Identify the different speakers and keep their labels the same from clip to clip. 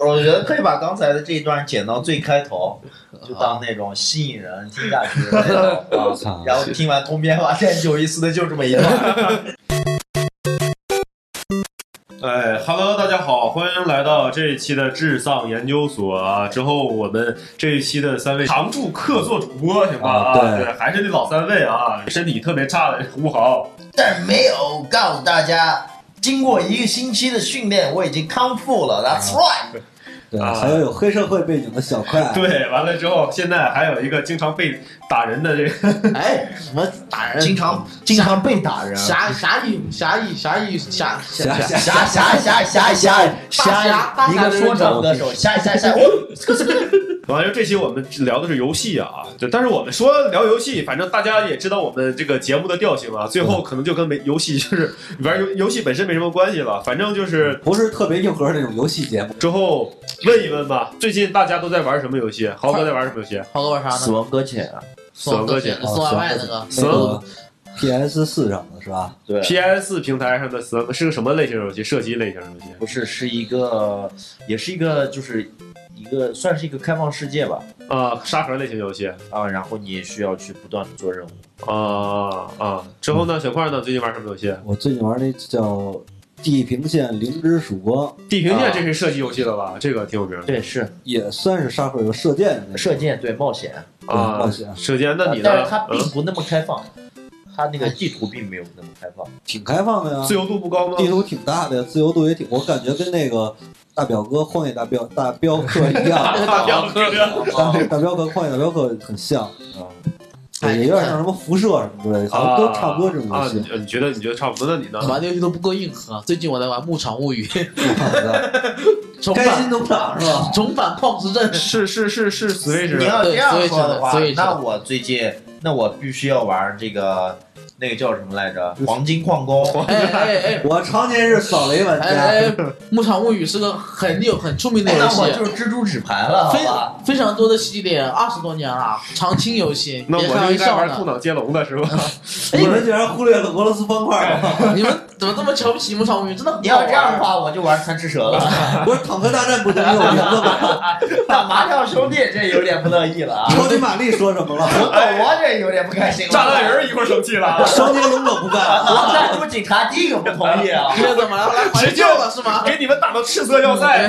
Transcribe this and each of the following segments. Speaker 1: 我觉得可以把刚才的这一段剪到最开头，就当那种吸引人听下去的那
Speaker 2: 啊
Speaker 1: 种。
Speaker 3: 我 操！
Speaker 1: 然后听完通篇发现有意思的就这么一段。
Speaker 4: 哎哈喽，大家好，欢迎来到这一期的智丧研究所啊。之后我们这一期的三位常驻客座主播行吧
Speaker 3: 啊对
Speaker 4: 对，还是那老三位啊，身体特别差的吴豪。
Speaker 1: 但是没有告诉大家，经过一个星期的训练，我已经康复了。That's right。
Speaker 3: 对，
Speaker 4: 啊
Speaker 3: 还有有黑社会背景的小快，
Speaker 4: 对，完了之后，现在还有一个经常被打人的这个，
Speaker 2: 哎，什么打人？
Speaker 1: 经常经常被打人。啊
Speaker 2: 侠侠义侠义侠 义侠
Speaker 3: 侠
Speaker 2: 侠
Speaker 1: 侠侠侠侠 侠
Speaker 2: 大侠
Speaker 1: 一个说唱歌 手，侠侠侠，哦，
Speaker 4: 完了这期我们聊的是游戏啊，对，但是我们说聊游戏，反正大家也知道我们这个节目的调性啊，最后可能就跟没游戏就是玩游游戏本身没什么关系了，反正就是
Speaker 3: 不是特别硬核那种游戏节目。
Speaker 4: 之后问一问吧，最近大家都在玩什么游戏？豪哥在玩什么游戏？
Speaker 2: 豪哥玩啥呢？
Speaker 1: 亡搁浅，
Speaker 2: 死亡搁
Speaker 1: 啊
Speaker 2: 浅，
Speaker 3: 哦
Speaker 2: 四万外那个
Speaker 3: 那个 PS 四上的是吧？
Speaker 1: 对
Speaker 4: PS 平台上的死亡是个什么类型游戏？射击类型游戏？
Speaker 1: 不是，是一个，也是一个，就是一个算是一个开放世界吧，
Speaker 4: 啊、沙盒类型游戏？啊
Speaker 1: 啊，然后你需要去不断的做任务。
Speaker 4: 啊、啊！之后
Speaker 3: 嗯
Speaker 4: 呢，小块呢？最近玩什么游戏？
Speaker 3: 我最近玩那叫《地平线：零之曙光》，
Speaker 4: 地平线
Speaker 1: 啊
Speaker 4: 这是射击游戏了吧？这个挺有名的
Speaker 1: 对，是
Speaker 3: 也算是沙盒有射箭的那种。
Speaker 1: 射箭，对冒险，
Speaker 3: 啊
Speaker 4: 啊
Speaker 3: 冒。险
Speaker 4: 射击，那你呢？
Speaker 1: 但是它并
Speaker 4: 嗯
Speaker 1: 不那么开放，它那个地图并没有那么开放。
Speaker 3: 挺开放的呀，
Speaker 4: 自由度不高吗？
Speaker 3: 地图挺大的，自由度也挺，我感觉跟那个大表哥《荒野大镖大镖客》一样，
Speaker 4: 大镖客
Speaker 3: 大大镖客《荒野大镖客》很像，
Speaker 1: 啊，
Speaker 2: 哎
Speaker 3: 也有点像什么辐射什么之类的，好像都差不多这种
Speaker 4: 啊
Speaker 3: 游
Speaker 4: 啊
Speaker 3: 戏。
Speaker 4: 你你觉得你觉得差不多？那你呢？
Speaker 2: 玩的游戏都不够硬核。最近我在玩《牧场物语》
Speaker 4: 啊
Speaker 2: 重
Speaker 3: 开心
Speaker 2: 返
Speaker 3: 农场是
Speaker 1: 啊
Speaker 3: 吧？
Speaker 2: 重返矿石 镇，
Speaker 4: 是是是是 Switch
Speaker 1: 你
Speaker 4: 的
Speaker 1: 要这样说的话
Speaker 2: 对所以是的所以是，的
Speaker 1: 那我最近，那我必须要玩这个，那个叫什么来着？黄金矿工。
Speaker 2: 哎哎哎
Speaker 3: 我常年是扫雷玩
Speaker 2: 哎
Speaker 3: 家，
Speaker 2: 哎，《牧场物语》是个很有很出名的
Speaker 1: 哎
Speaker 2: 游
Speaker 1: 那我
Speaker 2: 戏。
Speaker 1: 就是蜘蛛纸牌了，好吧？
Speaker 2: 非非常多的系列，二十多年了，常青游戏，
Speaker 4: 那
Speaker 2: 别
Speaker 4: 我
Speaker 2: 开
Speaker 4: 就应
Speaker 2: 玩
Speaker 4: 该
Speaker 2: 笑
Speaker 4: 玩《头
Speaker 2: 呢。
Speaker 4: 脑接龙》的是吧？
Speaker 3: 你们居然忽略了俄罗斯方
Speaker 4: 哎
Speaker 3: 块吗？
Speaker 2: 你们怎么这么瞧不起《牧场物语》？真的很
Speaker 1: 你要
Speaker 2: 好
Speaker 1: 这样的
Speaker 2: 玩
Speaker 1: 话，我就玩贪吃蛇了。
Speaker 3: 不是坦克大战不就没有名字吗？
Speaker 1: 那麻将兄弟这有点不乐意了啊！
Speaker 3: 超级玛丽说什么 了？
Speaker 1: 我懂，我这有点不开心了。
Speaker 4: 炸弹人儿一会儿生气了 啊，
Speaker 3: 双截龙可不干，
Speaker 1: 我站出警察第一个不同意啊！
Speaker 2: 因为怎么了？来怀旧了是吗？
Speaker 4: 给你们打到赤色要 塞。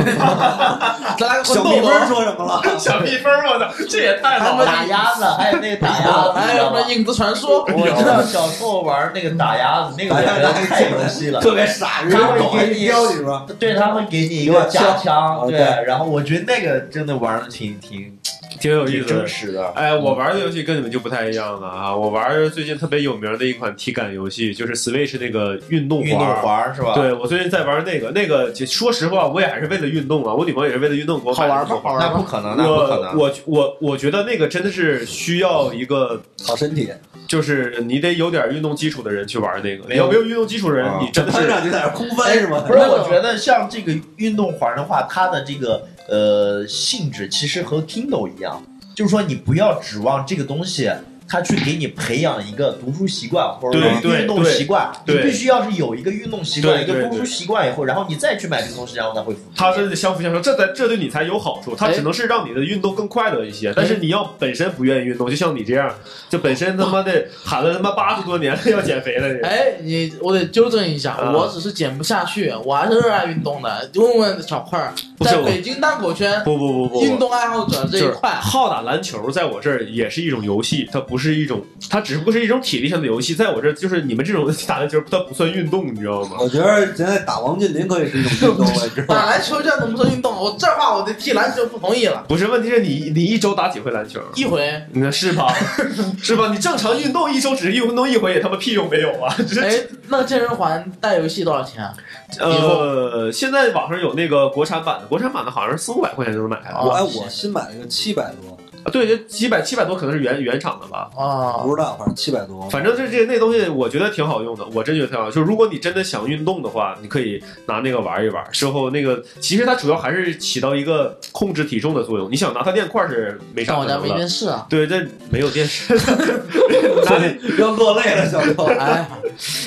Speaker 2: 再来个
Speaker 3: 小
Speaker 2: 魂
Speaker 3: 蜜
Speaker 2: 斗
Speaker 3: 蜂
Speaker 2: 罗，
Speaker 3: 说什么了？
Speaker 4: 小蜜蜂，我操，这也太好了！
Speaker 1: 打鸭子，还有那个打鸭子，
Speaker 2: 还
Speaker 1: 你知道
Speaker 2: 有哎什
Speaker 1: 吗
Speaker 2: 么影子传说？
Speaker 1: 我知道小时候玩那个打鸭子，那个我觉得太游戏了。
Speaker 3: 特别傻，人家狗还一叼你说。
Speaker 1: 对他会给你一个假枪，
Speaker 3: 有
Speaker 1: 对
Speaker 3: 点像，
Speaker 1: 然后我觉得那个真的玩的挺挺
Speaker 4: 挺有意
Speaker 1: 挺
Speaker 4: 思的
Speaker 1: 真。实的。
Speaker 4: 哎，我玩的游戏跟你们就不太一样了啊！我玩儿最近特别有名的一款体感游戏，就是 Switch 那个运动
Speaker 1: 运动
Speaker 4: 环。
Speaker 1: 环是吧？，
Speaker 4: 对，我最近在玩那个，那个就说实话，我也还是为了运动啊，我女朋友也是为了运动给我买
Speaker 2: 好玩
Speaker 4: 的
Speaker 2: 吗
Speaker 4: 手环。
Speaker 1: 那不可能，那不可
Speaker 4: 我
Speaker 1: 能。
Speaker 4: 我我我觉得那个真的是需要一个，
Speaker 3: 好身体。
Speaker 4: 就是你得有点运动基础的人去玩那个。
Speaker 1: 没
Speaker 4: 你
Speaker 1: 有
Speaker 4: 要没有运动基础的人
Speaker 1: 啊，
Speaker 4: 你真的
Speaker 3: 班
Speaker 4: 是
Speaker 3: 长就在那儿空翻是吗？
Speaker 1: 不是，我觉得像这个运动环的话，它的这个呃性质其实和 Kindle 一样，就是说你不要指望这个东西。它去给你培养一个读书习惯或者
Speaker 4: 对对
Speaker 1: 运动习惯，你
Speaker 4: 对
Speaker 1: 必须要是有一个运动习惯、
Speaker 4: 对
Speaker 1: 一个
Speaker 4: 对
Speaker 1: 读书
Speaker 4: 对
Speaker 1: 习惯以后，然后你再去买这个东西，然后它会复制
Speaker 4: 它真的相辅相成，这在这对你才有好处。它
Speaker 2: 哎
Speaker 4: 只能是让你的运动更快乐一些，但是你要本身不愿意运动，就像你这样，就本身他妈的喊了他妈八十多年要减肥的人，
Speaker 2: 哎，你我得纠正一下，
Speaker 4: 啊
Speaker 2: 我只是减不下去，我还是热爱运动的。问问小块儿，
Speaker 4: 不是
Speaker 2: 在
Speaker 4: 我
Speaker 2: 北京单口圈，
Speaker 4: 不不不不
Speaker 2: 运
Speaker 4: 不。
Speaker 2: 动爱好者这一块，
Speaker 4: 好打篮球，在我这儿也是一种游戏，它不是一种，它只不过是一种体力上的游戏。在我这儿，就是你们这种打篮球，它不算运动，你知道吗？
Speaker 3: 我觉得现在打王健林可以是一种运动，我知道。
Speaker 2: 打篮球叫怎么说运动？我这话我得替篮球不同意了。
Speaker 4: 不是，问题是你你一周打几回篮 球？
Speaker 2: 一回，
Speaker 4: 那是吧？ 是吧？你正常运动一周只运动一回，也他妈屁用没有啊！ 这
Speaker 2: 哎，那个健身环带游戏多少钱？啊
Speaker 4: 呃，现在网上有那个国产版的，国产版的好像是四五百块钱就能买
Speaker 3: 我
Speaker 4: 啊。
Speaker 3: 哎，我新买了个七百多，
Speaker 4: 呃对，就几百七百多可能是原原厂的吧。
Speaker 2: 啊，
Speaker 3: 不知道，反正七百多。
Speaker 4: 反正这这那东西，我觉得挺好用的，我真觉得挺好用。就是如果你真的想运动的话，你可以拿那个玩一玩。之后那个其实它主要还是起到一个控制体重的作用。你想拿它练块儿是没
Speaker 2: 但
Speaker 4: 啥
Speaker 2: 我
Speaker 4: 可
Speaker 2: 家
Speaker 4: 能
Speaker 2: 没
Speaker 4: 的。
Speaker 2: 电视啊。
Speaker 4: 对，这没有电视，拿那
Speaker 3: 要落泪了，小刘。
Speaker 2: 哎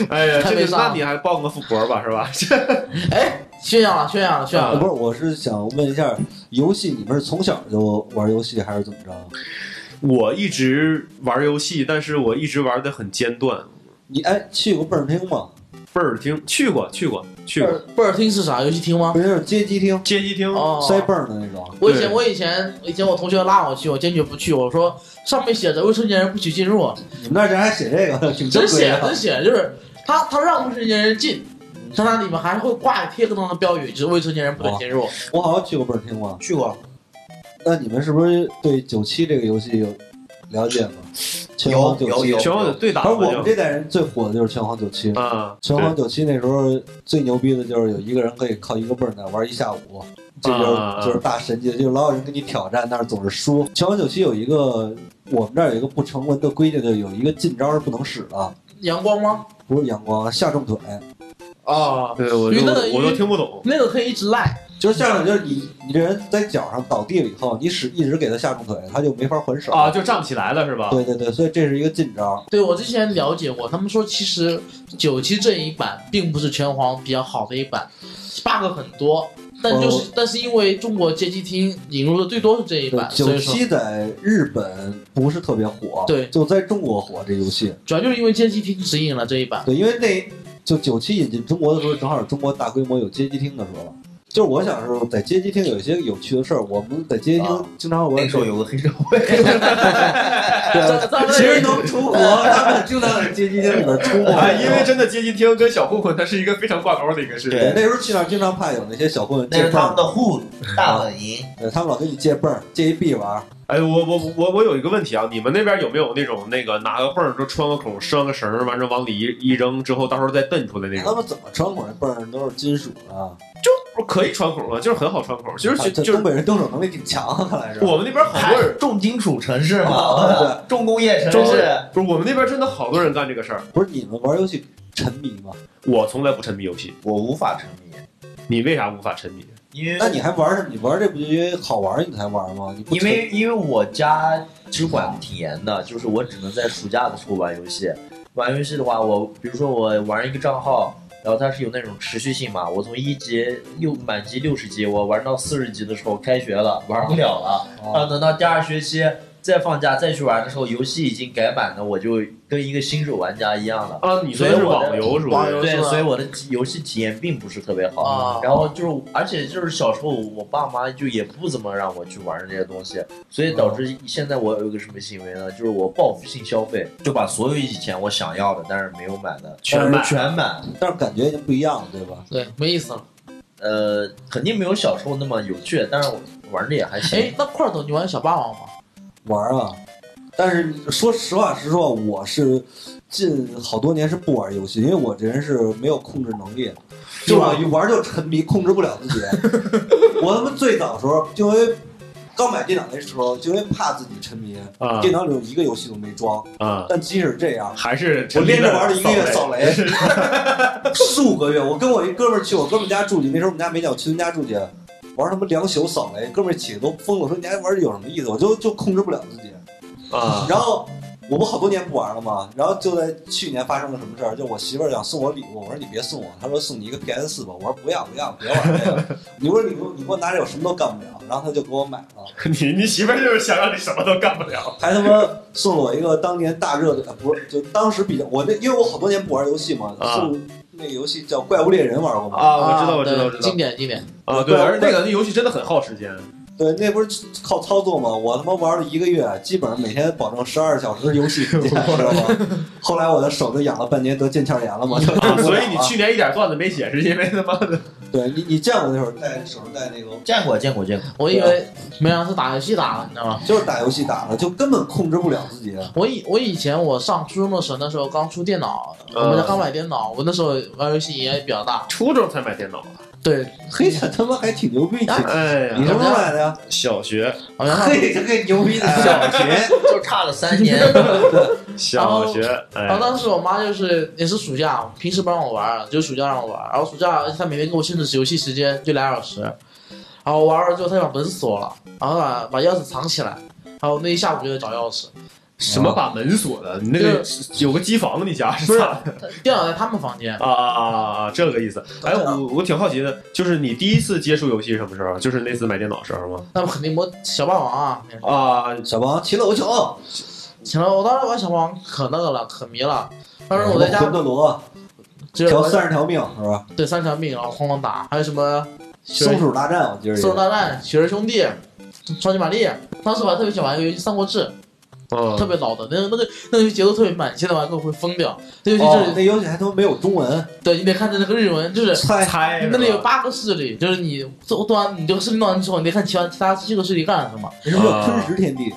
Speaker 4: 哎呀，
Speaker 2: 太
Speaker 4: 这
Speaker 2: 悲
Speaker 4: 个
Speaker 2: 伤了
Speaker 4: 那你还抱个富婆吧，是吧？
Speaker 2: 哎，炫耀了，炫耀了，炫耀
Speaker 3: 啊不
Speaker 2: 了。
Speaker 3: 是，我是想问一下，游戏你们是从小就玩游戏还是怎么着？
Speaker 4: 我一直玩游戏，但是我一直玩的很间断。
Speaker 3: 你哎去过倍儿厅吗？
Speaker 4: 倍儿厅去过，去过，去过
Speaker 2: 贝尔厅是啥游戏厅吗
Speaker 3: 不？是街机厅，
Speaker 4: 街机厅。
Speaker 2: 哦，
Speaker 3: 塞蹦儿的那种。
Speaker 2: 我以前
Speaker 4: 嗯对
Speaker 2: 我以前以前我同学拉我去，我坚决不去。我说上面写着未成年人不许进入，
Speaker 3: 你们那儿这还写这个， 挺正
Speaker 2: 真
Speaker 3: 规
Speaker 2: 写
Speaker 4: 啊
Speaker 2: 真
Speaker 3: 的。
Speaker 2: 写，就是他他让未成年人进，他那里面还会挂贴各种的标语，就是未成年人不准进入。
Speaker 3: 我好像去过倍儿厅吗？
Speaker 1: 去过，
Speaker 3: 那你们是不是对九七这个游戏有了解吗？拳
Speaker 1: 有
Speaker 3: 皇九
Speaker 1: 有
Speaker 3: 七，
Speaker 1: 有
Speaker 4: 拳皇的对打
Speaker 3: 而我们
Speaker 4: 嘛就
Speaker 3: 这代人最火的就是拳皇九七。
Speaker 4: 啊，
Speaker 3: 拳
Speaker 4: 对
Speaker 3: 皇九七那时候最牛逼的就是有一个人可以靠一个泵儿呢玩一下午，这就是、
Speaker 4: 啊
Speaker 3: 就是大神级，就是老有人跟你挑战，但是总是输。拳皇九七有一个我们这儿有一个不成文的规定，就有一个进招是不能使的，
Speaker 2: 阳光吗？
Speaker 3: 不是阳光下重腿，
Speaker 2: 啊，
Speaker 4: 对我就
Speaker 2: 娱乐的
Speaker 4: 我都
Speaker 2: 娱
Speaker 4: 听不懂。
Speaker 2: 那个可以一直赖。
Speaker 3: 就是下重腿，就是你你这人在脚上倒地了以后，你使一直给他下重腿，他就没法还手。
Speaker 4: 啊，就站不起来了是吧？
Speaker 3: 对对对，所以这是一个进招。
Speaker 2: 对我之前了解过，他们说其实九七这一版并不是拳皇比较好的一版，bug 很多，但就是、
Speaker 4: 哦
Speaker 2: 但是因为中国街机厅引入的最多是这一版，所
Speaker 3: 九
Speaker 2: 以说
Speaker 3: 七在日本不是特别火，
Speaker 2: 对
Speaker 3: 就在中国火这游戏。
Speaker 2: 主要就是因为街机厅指引了这一版。
Speaker 3: 对，因为那就九七引进中国的时候，正好是中国大规模有街机厅的时候。就是我小时候在街机厅有一些有趣的事儿，我们在街机厅
Speaker 1: 啊
Speaker 3: 经常玩
Speaker 1: 那时候有个黑社会，
Speaker 4: 啊
Speaker 3: 对，
Speaker 2: 咱们
Speaker 3: 其实能出国，他们经常在街机厅里边出没。
Speaker 4: 啊，因为真的街机厅跟小混混，它是一个非常挂钩的一个事情。
Speaker 3: 对那时候去那儿经常怕有那些小混混
Speaker 1: 那
Speaker 3: 借
Speaker 1: 是
Speaker 3: 泵
Speaker 1: 他们的
Speaker 3: 儿，
Speaker 1: 户大本 营。
Speaker 3: 对他们老跟你借泵儿，借一币玩儿。
Speaker 4: 哎，我我我我有一个问题啊，你们那边有没有那种那个拿个泵儿就穿个孔，拴个绳儿，完之后往里一一扔之后，到时候再蹬出来那
Speaker 3: 他
Speaker 4: 种？
Speaker 3: 们怎么穿孔？那泵儿都是金属的，
Speaker 4: 不是可以穿孔了，就是很好穿孔，就是
Speaker 3: 啊这
Speaker 4: 就就是
Speaker 3: 东北人动手能力挺强啊，看来是。
Speaker 4: 我们那边好多人，
Speaker 1: 重金属城市
Speaker 3: 啊
Speaker 1: 嘛，重工业城
Speaker 4: 重工
Speaker 1: 市。
Speaker 4: 不是我们那边真的好多人干这个事儿。
Speaker 3: 不是你们玩游戏沉迷吗？
Speaker 4: 我从来不沉迷游戏，
Speaker 1: 我无法沉迷，
Speaker 4: 你为啥无法沉迷？
Speaker 1: 因
Speaker 3: 那
Speaker 1: 为
Speaker 3: 你还玩什么？你玩这不就因为好玩你才玩吗？你不
Speaker 1: 因为因为我家其实管得挺严的，就是我只能在暑假的时候玩游戏。玩游戏的话，我比如说我玩一个账号，然后它是有那种持续性嘛，我从一级六满级六十级，我玩到四十级的时候开学了，玩不了了。
Speaker 3: 哦
Speaker 4: 呃
Speaker 1: 然后等到第二学期再放假再去玩的时候，游戏已经改版了，我就跟一个新手玩家一样了。
Speaker 4: 啊，你说的是网游是吧？
Speaker 2: 网游
Speaker 1: 对
Speaker 2: 是，吧
Speaker 1: 所以我的体游戏体验并不是特别好。
Speaker 2: 啊
Speaker 1: 然后就是，而且就是小时候我爸妈就也不怎么让我去玩这些东西，所以导致现在我有一个什么行为呢？就是我报复性消费，就把所有以前我想要的但是没有买的
Speaker 4: 全买
Speaker 1: 全买。
Speaker 3: 但是感觉已经不一样了，对吧？
Speaker 2: 对，没意思了。
Speaker 1: 呃，肯定没有小时候那么有趣，但是我玩的也还行
Speaker 2: 哎。，那块头你玩小霸王吗？
Speaker 3: 玩啊！但是说实话实说，我是近好多年是不玩游戏，因为我这人是没有控制能力的，就我一玩就沉迷，控制不了 自己。我他妈最早的时候，就因为刚买电脑那时候，就因为怕自己沉迷，
Speaker 4: 啊
Speaker 3: 电脑里有一个游戏都没装。
Speaker 4: 啊，
Speaker 3: 但即使这样，
Speaker 4: 还是
Speaker 3: 我
Speaker 4: 沉迷
Speaker 3: 连
Speaker 4: 的
Speaker 3: 着玩了一个月
Speaker 4: 扫
Speaker 3: 扫雷， 数个月。我跟我一哥们儿去我哥们儿家住去，那时候我们家没鸟，我去他们家住去，玩他妈两宿扫雷，哥们儿起来都疯了，说你还玩有什么意思？我就就控制不了自己。
Speaker 4: 啊
Speaker 3: 然后我不好多年不玩了嘛，然后就在去年发生了什么事儿，就我媳妇儿想送我礼物，我说你别送我，她说送你一个 PS 四吧，我说不要不要，别玩这 个，你说你给我你给我拿这我什么都干不了，然后她就给我买了，
Speaker 4: 你你媳妇儿就是想让你什么都干不了。
Speaker 3: 还他妈送了我一个当年大热的，呃不是就当时比较我那因为我好多年不玩游戏嘛，
Speaker 4: 啊
Speaker 3: 送那个游戏叫《怪物猎人》玩过吗？
Speaker 4: 啊，我知道，我知道，
Speaker 2: 对
Speaker 4: 我知道
Speaker 2: 经。典经典。
Speaker 4: 啊，对，而那个那游戏真的很耗时 间。啊
Speaker 3: 对，那不是靠操作吗？我他妈玩了一个月，基本上每天保证十二小时游戏时间，知道吗？后来我的手就痒了半年，得腱鞘炎了嘛，就
Speaker 4: 啊
Speaker 3: 动不
Speaker 4: 所
Speaker 3: 了
Speaker 4: 以你
Speaker 3: 了
Speaker 4: 去年一点段子没写，是因为他妈的
Speaker 3: 对你，你见过那会儿戴手上戴那个，
Speaker 1: 见过，见过，见过。
Speaker 2: 我以为没想到是打游戏打的，你知道吗？
Speaker 3: 就是打游戏打的，就根本控制不了自己。啊
Speaker 2: 我以我以前我上初中的时候，那时候刚出电脑，
Speaker 4: 嗯
Speaker 2: 我们家刚买电脑，我那时候玩游戏也比较 大。
Speaker 4: 初中才买电脑啊？
Speaker 2: 对，
Speaker 3: 嘿，这他妈还挺牛逼！挺
Speaker 4: 哎
Speaker 3: 你
Speaker 4: 呀，
Speaker 3: 什么时候买的呀？
Speaker 4: 小学，
Speaker 2: 好像是
Speaker 3: 嘿，这个牛逼的
Speaker 4: 哎
Speaker 1: 小
Speaker 3: 学，
Speaker 1: 就差了三年，
Speaker 4: 小学，哎
Speaker 2: 然，后当时我妈就是也是暑假，平时不让我玩，就暑假让我玩。然后暑假她每天给我限制游戏时间就俩小时，然后我玩完之后她就把门锁了，然后把把钥匙藏起来，然后那一下午就在找钥匙。
Speaker 4: 什么把门锁的？你那个有个机房，你家
Speaker 2: 不是
Speaker 4: 咋的
Speaker 2: 电脑在他们房间，
Speaker 4: 啊啊啊啊啊！这个意思。哎，我我挺好奇的，就是你第一次接触游戏什么时候？就是那次买电脑时候吗？
Speaker 2: 那么肯定我小霸王啊，那时候
Speaker 4: 啊，
Speaker 3: 小王骑楼球，
Speaker 2: 行了，我当时玩小霸王可那个了，可迷了。当时我在家
Speaker 3: 魂斗罗
Speaker 2: 就是
Speaker 3: 哦调
Speaker 2: 我在
Speaker 3: 三十条命是吧？
Speaker 2: 对三条命，然后哐哐打，还有什么雪人
Speaker 3: 松鼠大战我记得
Speaker 2: 松鼠
Speaker 3: 有。
Speaker 2: 大战、雪人兄弟、超级玛丽。当时我还特别喜欢玩一个游戏《三国志》，特
Speaker 4: 嗯，
Speaker 2: 别老的，那个那个那个游戏节奏特别慢，现在玩可能会疯掉。这游戏就是、呃
Speaker 3: 哦，那游戏还他妈没有中文，
Speaker 2: 对你得看着那个日文，就是
Speaker 3: 猜
Speaker 4: 猜是吧
Speaker 2: 那里有八个势力，就是你做做完你这个势力弄完之后，你得看其他其他七个势力干什么。
Speaker 3: 什么
Speaker 1: 啊
Speaker 3: 叫吞食天地？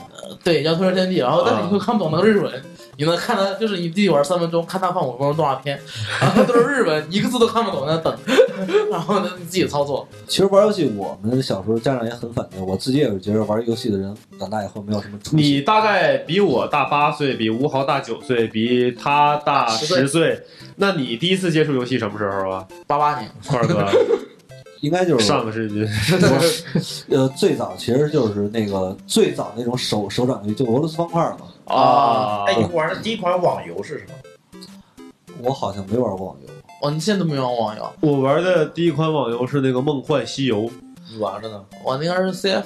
Speaker 2: 对，要推着天地，然后但是
Speaker 4: 啊
Speaker 2: 你会看不懂那个日文，你能看他就是你自己玩三分钟，看他放五分钟动画片，然后都是日文，一个字都看不懂，在那等， 然后呢你自己操作。
Speaker 3: 其实玩游戏，我们小时候家长也很反对，我自己也是觉得玩游戏的人长大以后没有什么出息。
Speaker 4: 你大概比我大八岁，比吴豪大九岁，比他大
Speaker 2: 十岁
Speaker 4: 十岁。那你第一次接触游戏什么时候啊，
Speaker 2: 八八年，
Speaker 4: 块儿哥？
Speaker 3: 应该就是
Speaker 4: 上个世纪
Speaker 3: 呃，最早其实就是那个最早那种手手掌游戏，就俄罗斯方块嘛。
Speaker 4: 啊
Speaker 1: 哎，你玩的第一款网游是什么？
Speaker 3: 我好像没玩过网游，
Speaker 2: 哦，你现在都没玩网游，
Speaker 4: 我玩的第一款网游是那个《梦幻西游》
Speaker 1: 你玩的呢？
Speaker 2: 我那个是 CF，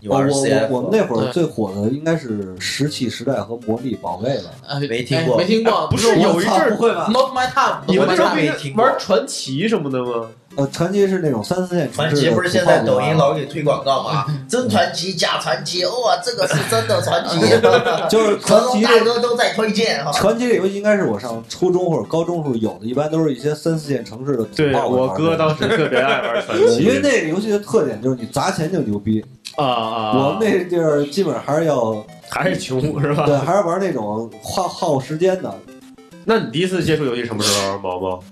Speaker 1: 你
Speaker 3: 哦我
Speaker 1: 玩的 CF？
Speaker 3: 我我们那会
Speaker 2: 对
Speaker 3: 儿最火的应该是石器时代和魔力宝贝了。
Speaker 2: 哎，
Speaker 1: 没听过
Speaker 2: 哎没听过，
Speaker 4: 哎不是
Speaker 2: 我
Speaker 4: 有一阵儿
Speaker 3: 我操不会吧？
Speaker 2: Not My Time，
Speaker 4: 你们那时候
Speaker 1: 没听过
Speaker 4: 玩传奇什么的吗？
Speaker 3: 呃，传奇是那种三四线城
Speaker 1: 传
Speaker 3: 市的
Speaker 1: 奇不是现
Speaker 3: 土
Speaker 1: 在
Speaker 3: 炮
Speaker 1: 抖音
Speaker 3: 玩
Speaker 1: 老给推广告
Speaker 3: 嗯
Speaker 1: 吗？真传奇，假传奇，哇，这个是真的传奇，
Speaker 3: 就是
Speaker 1: 成
Speaker 3: 嗯传
Speaker 1: 龙
Speaker 3: 奇
Speaker 1: 大
Speaker 3: 这
Speaker 1: 哥都在推荐哈。
Speaker 3: 传奇这游戏应该是我上初中或者高中时候有的，一般都是一些三四线城市的土
Speaker 4: 对
Speaker 3: 炮玩
Speaker 4: 我哥当时特别爱玩传奇，
Speaker 3: 因为那个游戏的特点就是你砸钱就牛逼，
Speaker 4: 啊啊，
Speaker 3: 我们那地儿基本上还是要
Speaker 4: 还是穷是吧？
Speaker 3: 对，还是玩那种耗耗时间的。
Speaker 4: 那你第一次接触游戏什么时候，啊毛毛？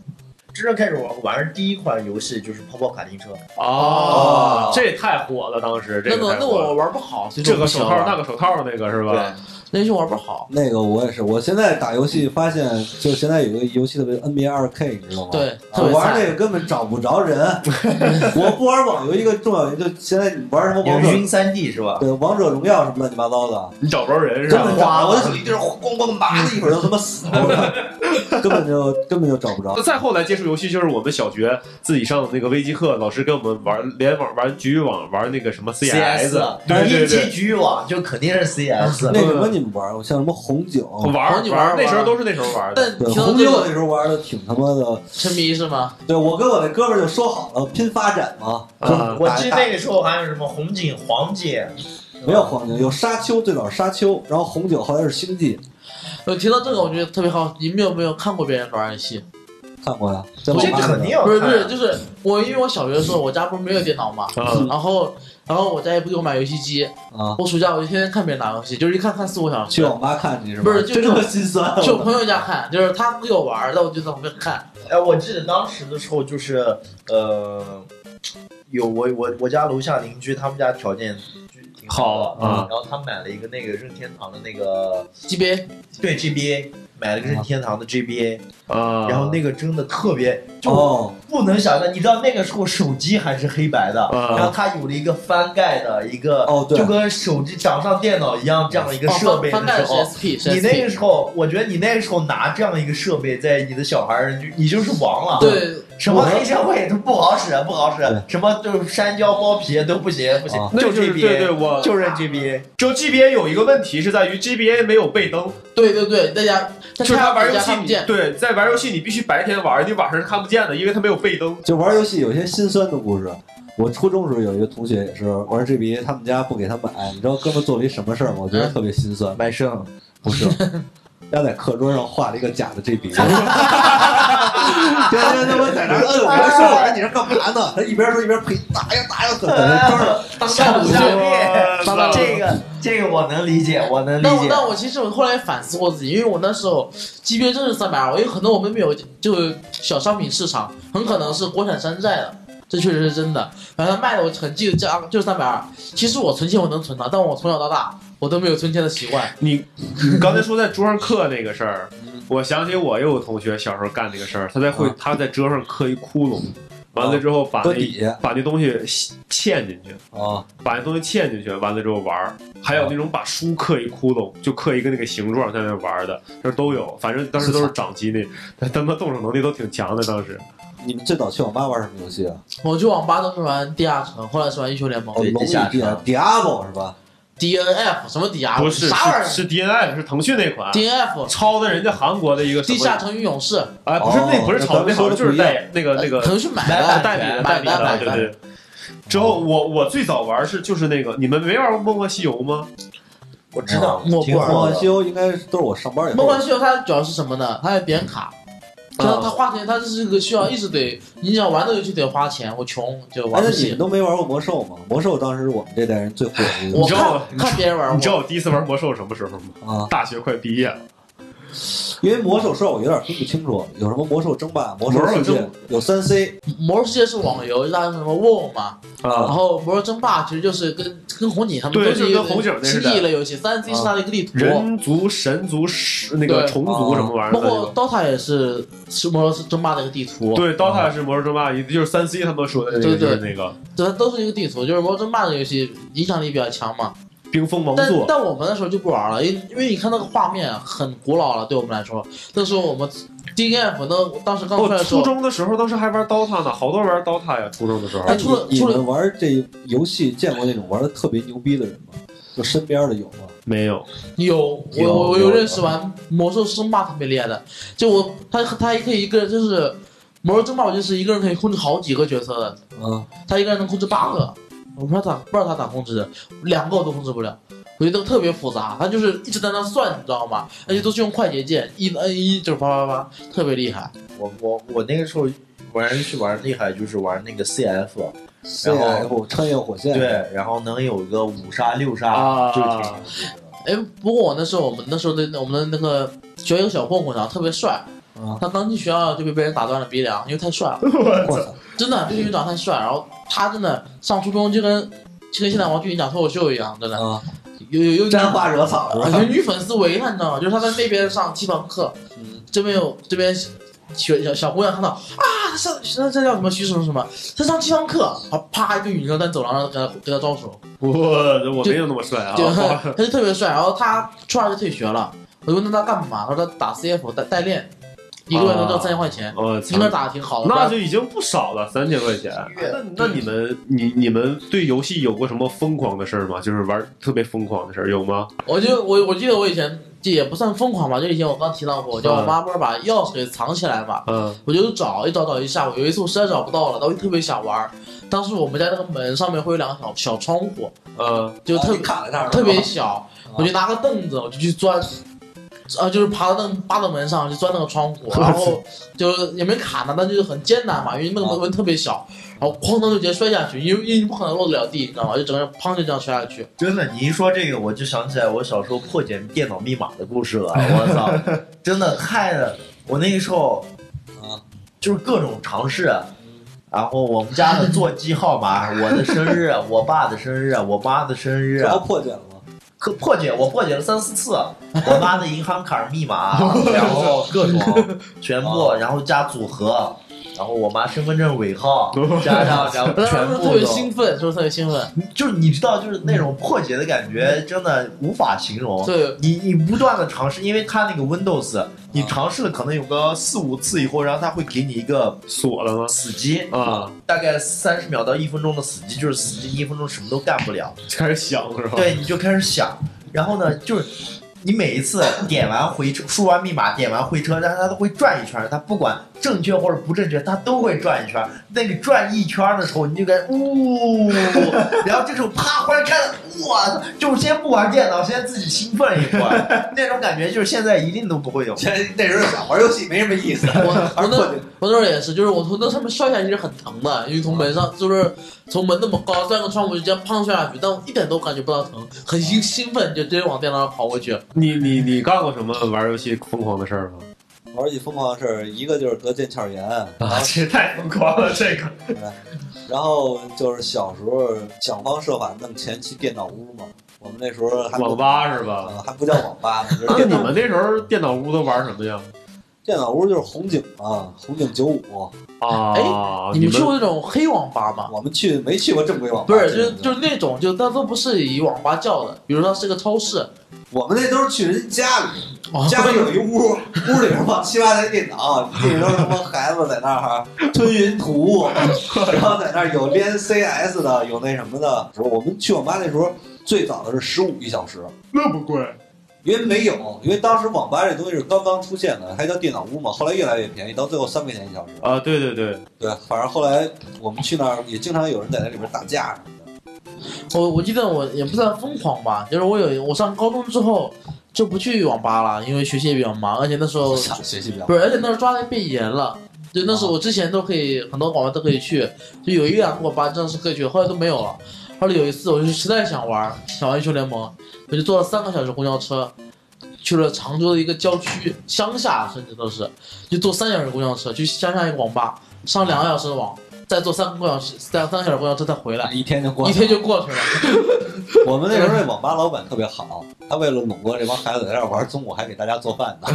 Speaker 1: 真正开始玩玩第一款游戏就是泡泡卡丁车，
Speaker 4: 哦，这也太火了，当时这
Speaker 2: 那
Speaker 4: 个
Speaker 2: 个
Speaker 4: 太
Speaker 2: 那
Speaker 4: 火
Speaker 2: 我
Speaker 4: 了
Speaker 2: 玩不好，所以说
Speaker 4: 这个手套
Speaker 2: 我不喜欢
Speaker 4: 那个手套那个是吧？
Speaker 2: 那是玩不好，
Speaker 3: 那个我也是，我现在打游戏发现，就现在有个游戏特别 NBA 二 K，你知
Speaker 4: 哦
Speaker 3: 道吗？
Speaker 2: 对，
Speaker 4: 啊
Speaker 2: 特
Speaker 3: 我
Speaker 2: 别
Speaker 3: 玩
Speaker 2: 菜
Speaker 3: 那个根本找不着 人。我不玩网游，一个重要原因就现在你玩什么
Speaker 1: 有
Speaker 3: 王者，
Speaker 1: 晕三 D 是吧？
Speaker 3: 对王者荣耀什么乱七八糟的，
Speaker 4: 你找不着人是
Speaker 3: 根本
Speaker 4: 吧？
Speaker 3: 找不着。我就手机就是咣咣麻的，一会儿就他妈死了， 我靠根本就根本就找不着
Speaker 4: 那。再后来接触游戏，就是我们小学自己上那个微机课，老师跟我们玩联网、玩局域网、玩那个什么 CS，对
Speaker 2: 啊
Speaker 1: 一
Speaker 4: 对
Speaker 1: 接
Speaker 4: 对，
Speaker 1: 局域网就肯定是 CS。
Speaker 3: 那什么你们玩过？像什么红警，
Speaker 4: 玩
Speaker 2: 玩玩
Speaker 4: 那时候都是那时候玩的。
Speaker 2: 但
Speaker 3: 对
Speaker 2: 你听到
Speaker 3: 红
Speaker 2: 这
Speaker 3: 警我那
Speaker 2: 个
Speaker 3: 时候玩的挺他妈的。
Speaker 2: 沉迷是吗？
Speaker 3: 对我跟我那哥们儿就说好了拼发展嘛，就是
Speaker 4: 啊
Speaker 1: 我
Speaker 3: 打
Speaker 1: 记得
Speaker 3: 嗯打
Speaker 1: 那个时候还有什么红警、黄警，
Speaker 3: 没有黄警，有沙丘，最早是沙丘，然后红警后来是星际，
Speaker 2: 我提到这个，我觉得特别好。你们有没有看过别人玩游戏？
Speaker 3: 看过呀？在网
Speaker 1: 这
Speaker 3: 吧
Speaker 1: 肯
Speaker 3: 里
Speaker 1: 定
Speaker 3: 面
Speaker 1: 要
Speaker 2: 不是不
Speaker 1: 看
Speaker 2: 是，就是我，因为我小学的时候，我家不是没有电脑嘛，
Speaker 4: 啊
Speaker 2: 然后然后我家也不给我买游戏机，
Speaker 3: 啊，
Speaker 2: 我暑假我就天天看别人打游戏，就是一看看四五小时
Speaker 3: 去。网吧看去是吧？
Speaker 2: 不是就
Speaker 3: 真他妈心酸。
Speaker 2: 去我朋友家看，就是他不给我玩，那我就在旁边看。
Speaker 1: 哎，我记得当时的时候就是，呃，有我我我家楼下邻居他们家条件就挺好的，
Speaker 4: 好啊
Speaker 1: 然后他买了一个那个任天堂的那个
Speaker 2: GB
Speaker 1: 对 GBA，买了个任天堂的 GBA，、
Speaker 4: 啊！
Speaker 1: 然后那个真的特别就
Speaker 3: 哦，
Speaker 1: 不能想象，你知道那个时候手机还是黑白的，
Speaker 4: 啊
Speaker 1: 然后它有了一个翻盖的一个，
Speaker 3: 哦对
Speaker 1: 就跟手机掌上电脑一样这样的一个
Speaker 2: 哦
Speaker 1: 设备
Speaker 2: 翻翻
Speaker 1: 的
Speaker 2: 盖
Speaker 1: 时
Speaker 2: 的是
Speaker 1: 候。
Speaker 2: SP，是
Speaker 1: 你那
Speaker 2: SP。
Speaker 1: 个时候，我觉得你那个时候拿这样一个设备在你的小孩儿，你就你就是王了。
Speaker 2: 对，
Speaker 1: 什么黑社会都不好使，不好使
Speaker 3: 对，
Speaker 1: 什么就是山椒剥皮都不行，不行
Speaker 3: 啊，
Speaker 4: 那
Speaker 1: 就
Speaker 4: 就是
Speaker 1: GBA，
Speaker 4: 对对，我
Speaker 1: 就认 GBA，
Speaker 4: 就 GBA 有一个问题是在于 GBA 没有背灯，
Speaker 2: 对对对，大家
Speaker 4: 就
Speaker 2: 在
Speaker 4: 是他玩游
Speaker 2: 家
Speaker 4: 戏
Speaker 2: 看不
Speaker 4: 你
Speaker 2: 见，
Speaker 4: 对，在玩游戏你必须白天玩，你晚上是看不见的，因为他没有背灯。
Speaker 3: 就玩游戏有些心酸的故事。我初中时候有一个同学也是玩 GBA，他们家不给他买，你知道哥们做了一什么事儿吗？我觉得特别心酸。
Speaker 1: 买剩
Speaker 3: 不是，他在课桌上画了一个假的 GBA，天天他妈在那儿摁，我说我说你这干嘛呢？他一边说一边呸，打呀打呀，在 那桌上。
Speaker 2: 当
Speaker 1: 下
Speaker 2: 下
Speaker 1: 午
Speaker 2: 午
Speaker 1: 下
Speaker 2: 就
Speaker 1: 面，
Speaker 4: 当当
Speaker 1: 哎这个这个我能理解，我能理
Speaker 2: 但我
Speaker 1: 解。
Speaker 2: 但我其实我后来反思过自己，因为我那时候 GBA 真是三百二，因为可能我们没有就是小商品市场，很可能是国产山寨的，这确实是真的。然后它卖的我很记得价就是三百二。其实我存钱我能存到，但我从小到大我都没有存钱的习惯。
Speaker 4: 你你刚才说在桌上刻那个事
Speaker 3: 嗯
Speaker 4: 儿，我想起我也有同学小时候干那个事儿，他在会他在桌上刻一窟窿，完了之后把
Speaker 3: 搁
Speaker 4: 那
Speaker 3: 底下
Speaker 4: 把那东西嵌进去，
Speaker 1: 哦
Speaker 3: 啊，
Speaker 4: 把那东西嵌进去，完了之后玩儿。还有那种把书刻一窟窿，就刻一个那个形状在那玩儿的，就是都有。反正当时都是掌机那，他他妈动手能力都挺强的。当时
Speaker 3: 你们最早去网吧玩什么游戏啊？
Speaker 2: 我去网吧都是玩地下城，后来是玩英雄联盟
Speaker 3: 哦，
Speaker 1: 对
Speaker 3: 龙与
Speaker 1: 地下
Speaker 3: 地下
Speaker 1: 城
Speaker 3: Diablo 是吧？
Speaker 2: ，DNF 什么 d
Speaker 3: 啊
Speaker 2: r
Speaker 4: 不是
Speaker 2: 啥玩
Speaker 4: 是
Speaker 2: 意儿
Speaker 4: 是 DNF 是腾讯那款，
Speaker 2: ？DNF
Speaker 4: 抄的人家韩国的一个什
Speaker 2: 地
Speaker 4: 么
Speaker 2: 下城与勇士，
Speaker 4: 哎，不是那
Speaker 3: 哦
Speaker 4: 不是抄的，那
Speaker 3: 咱们
Speaker 4: 好像
Speaker 3: 说的
Speaker 4: 就是
Speaker 3: 不一样哎
Speaker 4: 代那呃个那个
Speaker 2: 腾讯买
Speaker 1: 买
Speaker 2: 的
Speaker 1: 版
Speaker 4: 代理的，代
Speaker 2: 买
Speaker 4: 理
Speaker 2: 的
Speaker 4: 的，
Speaker 2: 买
Speaker 4: 对
Speaker 2: 的，
Speaker 4: 对。之后我我最早玩是就是那个，你们没玩过《梦幻西游》吗？
Speaker 1: 我知道，
Speaker 2: 我
Speaker 1: 挺
Speaker 2: 不玩
Speaker 3: 梦
Speaker 1: 火
Speaker 3: 幻西
Speaker 1: 的。
Speaker 3: 游应该都是我上班以
Speaker 2: 梦
Speaker 3: 后
Speaker 2: 幻。西游它主要是什么呢？它要点卡，
Speaker 4: 啊
Speaker 2: 它它花钱，它是个需要一直得，你想玩这个游戏得花钱。我穷就
Speaker 3: 哎，
Speaker 2: 玩
Speaker 3: 那
Speaker 2: 不
Speaker 3: 你
Speaker 2: 起
Speaker 3: 们。都没玩过魔兽吗？魔兽当时我们这代人最火的一个
Speaker 2: 我
Speaker 4: 知道
Speaker 2: 看看别人玩
Speaker 4: 你知道
Speaker 2: 过，
Speaker 4: 我第一次玩魔兽什么时候吗？
Speaker 3: 啊，
Speaker 4: 大学快毕业了，
Speaker 3: 因为魔兽说我有点分不清楚，有什么魔兽争霸、魔兽世
Speaker 4: 魔兽
Speaker 3: 界
Speaker 4: 争，
Speaker 3: 有三 C
Speaker 2: 魔兽世界是网游，那什么 WoW 嘛，然
Speaker 3: 啊，
Speaker 2: 后魔兽争霸其实就是跟跟红警他们
Speaker 4: 对
Speaker 2: 都是一
Speaker 4: 就
Speaker 2: 个
Speaker 4: 是跟红警那
Speaker 2: 是
Speaker 4: 似的
Speaker 2: 地类游戏，三 C 是它的一个地图，
Speaker 4: 人族、神族、是那个
Speaker 2: 对啊
Speaker 4: 虫族什么玩意
Speaker 2: 包
Speaker 4: 儿的那
Speaker 2: 括
Speaker 4: 个。
Speaker 2: DOTA 也是是魔兽争霸的一个地图，
Speaker 4: 对，DOTA 是魔兽争霸，也就是三 C 他们说的那个，
Speaker 2: 对
Speaker 4: 就
Speaker 2: 对
Speaker 4: 是那个
Speaker 2: 对，它都是一个地图，就是魔兽争霸的游戏影响力比较强嘛。
Speaker 4: 冰封王
Speaker 2: 但
Speaker 4: 座。
Speaker 2: 但我们那时候就不玩了，因因为你看那个画面很古老了，对我们来说，那时候我们 D F 那当时刚出来
Speaker 4: 哦，
Speaker 2: 的时
Speaker 4: 初
Speaker 2: 候，
Speaker 4: 中的时候，当时还玩 DOTA 呢，好多人玩 DOTA 呀，初中的时候
Speaker 2: 哎。
Speaker 3: 你
Speaker 2: 出了
Speaker 3: 你
Speaker 2: 出了
Speaker 3: 们玩这游戏见过那种玩的特别牛逼的人吗？就身边的有吗？
Speaker 4: 没有，
Speaker 2: 有
Speaker 3: 有
Speaker 2: 我我
Speaker 3: 有
Speaker 2: 有认识玩魔兽争霸特别厉害的，就我他他可以一个人就是魔兽争霸，我就是一个人可以控制好几个角色的，
Speaker 3: 啊，
Speaker 2: 他一个人能控制八个，我不知道咋不知道他咋控制的，两个我都控制不了。我觉得特别复杂，他就是一直在那算，你知道吗？而且都是用快捷键，一摁一就是啪啪啪，特别厉害。
Speaker 1: 我我我那个时候玩游戏玩厉害，就是玩那个 CF，
Speaker 3: C F 穿越火线，
Speaker 1: 对，然后能有个五杀六杀，
Speaker 4: 啊
Speaker 1: 就挺牛逼的。
Speaker 2: 哎，不过我那时候我们那时候的我们的那个学校有个小混混长得特别帅，
Speaker 3: 啊，
Speaker 2: 他刚进学校就被别人打断了鼻梁，因为太 帅了，
Speaker 3: 我操，
Speaker 2: 真的，这个院长太帅。然后他真的上初中就跟就跟现在王俊宇讲脱口秀一样，真的
Speaker 3: 啊，
Speaker 2: 有有有
Speaker 3: 沾花惹草
Speaker 2: 啊
Speaker 3: 了，
Speaker 2: 有女粉丝围他，你知道吗？就是他在那边上体育课，
Speaker 3: 嗯
Speaker 2: 这边有这边学小小姑娘看到啊，他上他这叫什么徐什么什么，他上体育课，啊啪一个女生在走廊上给他给他招手，
Speaker 4: 我我没有那么帅啊
Speaker 2: 对，。 他就特别帅。然后他初二就退学了，我就问他他干嘛，他说他打 CF 代代练，一个月能挣三千块 钱，
Speaker 4: 我操
Speaker 2: 应该打的挺好的。
Speaker 4: 哦那就已经不少了，三千块钱。那那你们，你你们对游戏有过什么疯狂的事儿吗？就是玩特别疯狂的事儿有吗？
Speaker 2: 我就我我记得我以前这也不算疯狂吧，就以前我刚提到过，就我妈不是把钥匙给藏起来嘛，
Speaker 4: 嗯，
Speaker 2: 我就找一找找一下午，有一次我实在找不到了，当时特别想玩儿。当时我们家那个门上面会有两个小小窗户，
Speaker 4: 呃，
Speaker 2: 就特、
Speaker 3: 别卡在那儿了，
Speaker 2: 特别小，我就拿个凳子我就去钻。啊，就是爬到凳扒到门上去钻那个窗户，然 后就是也没卡呢，但就是很艰难嘛，因为那
Speaker 1: 啊
Speaker 2: 个门特别小，然后哐当就直接摔下去，因为因为不可能落得了地，你知道吗？就整个人砰就这样摔下去。
Speaker 1: 真的，你一说这个，我就想起来我小时候破解电脑密码的故事 了。我操，真的太……我那个时候
Speaker 3: 啊，
Speaker 1: 就是各种尝试，然后我们家的座机号码、我的生日、我爸的生日、我妈的生日
Speaker 3: 然，啊后破解了吗？
Speaker 1: 可破解我破解了三四次，我妈的银行卡密 码，然后各种
Speaker 3: 哦
Speaker 1: 全部，然后加组合，然后我妈身份证尾 号加上，然后全
Speaker 2: 然后
Speaker 1: 部
Speaker 2: 特别
Speaker 1: 都
Speaker 2: 兴奋，是不是特别兴奋？
Speaker 1: 就是你知道，就是那种破解的感觉，真的无法形容。
Speaker 2: 对，
Speaker 1: 你你不断的尝试，因为它那个 Windows，你尝试了可能有个四五次以后，然后它会给你一个
Speaker 4: 锁了吗？
Speaker 1: 死机，
Speaker 4: 啊，
Speaker 1: 大概三十秒到一分钟的死机，就是死机一分钟什么都干不了。
Speaker 4: 开始想是吧？
Speaker 1: 对，你就开始想，然后呢，就是你每一次点完回车，输完密码，点完回车，但是它都会转一圈儿，它不管正确或者不正确，它都会转一圈儿。那个转一圈儿的时候，你就感觉呜，然后这时候啪忽然看，哇，就是先不玩电脑，先自己兴奋一会儿，那种感觉就是现在一定都不会有。
Speaker 3: 前那时候想玩游戏没什么意思，
Speaker 2: 我我那
Speaker 3: 破解
Speaker 2: 我那时候也是，就是我从那上面摔下去是很疼的，因为从门
Speaker 1: 啊
Speaker 2: 上就是从门那么高钻个窗户就这样砰摔下去，但我一点都感觉不到疼，很
Speaker 1: 啊
Speaker 2: 兴兴奋，就直接往电脑上跑过去。
Speaker 4: 你你你干过什么玩游戏疯狂的事儿吗？
Speaker 3: 玩儿起疯狂的事儿，一个就是得腱鞘炎，
Speaker 4: 啊，这太疯狂了，这个
Speaker 3: 然后就是小时候想方设法弄前期电脑屋嘛。我们那时候还不
Speaker 4: 网吧是吧？
Speaker 3: 啊还不叫网吧呢，就是
Speaker 4: 那
Speaker 3: 电
Speaker 4: 你
Speaker 3: 脑
Speaker 4: 们那时候电脑屋都玩什么呀？
Speaker 3: 电脑屋就是红警嘛，红警九五，
Speaker 4: 啊，
Speaker 2: 哎你
Speaker 4: 们
Speaker 2: 们去过那种黑网吧吗？
Speaker 3: 我们去没去过正规网吧？
Speaker 2: 不是，就是
Speaker 3: 真的
Speaker 2: 就是那种，就那都不是以网吧叫的，比如说是个超市，
Speaker 3: 我们那都是去人家里，
Speaker 2: 哦
Speaker 3: 家里有一屋，屋里边放七八台电 脑，地上都是他妈孩子在那儿哈吞云吐雾，然后在那儿有连 CS 的，有那什么的。我们去网吧那时候最早的是十五一小时，
Speaker 4: 那么贵，
Speaker 3: 因为没有，因为当时网吧这东西是刚刚出现的，还叫电脑屋嘛，后来越来越便宜，到最后三块钱一小时。
Speaker 4: 啊，对对对，
Speaker 3: 对，反正后来我们去那儿也经常有人在那里边打架什么的。
Speaker 2: 我我记得我也不算疯狂吧，就是我有我上高中之后就不去网吧了，因为学习也比较忙，而且那时候
Speaker 3: 我操，学习比较
Speaker 2: 不是，而且那时候抓的变严了。就那时候我之前都可以，很多网吧都可以去，就有一两个啊网吧真的是可以去，后来都没有了。后来有一次，我就实在想玩，想玩英雄联盟，我就坐了三个小时公交车，去了常州的一个郊区，乡下甚至都是，就坐三小时公交车去乡下一个网吧，上两个小时的网，再坐三个公交车，三三个小时公交车再回来，
Speaker 3: 一天就过
Speaker 2: 一
Speaker 3: 去了
Speaker 2: 天就过去了。
Speaker 3: 我们那时候那网吧老板特别好，他为了笼络这帮孩子在那玩，中午还给大家做饭 呢。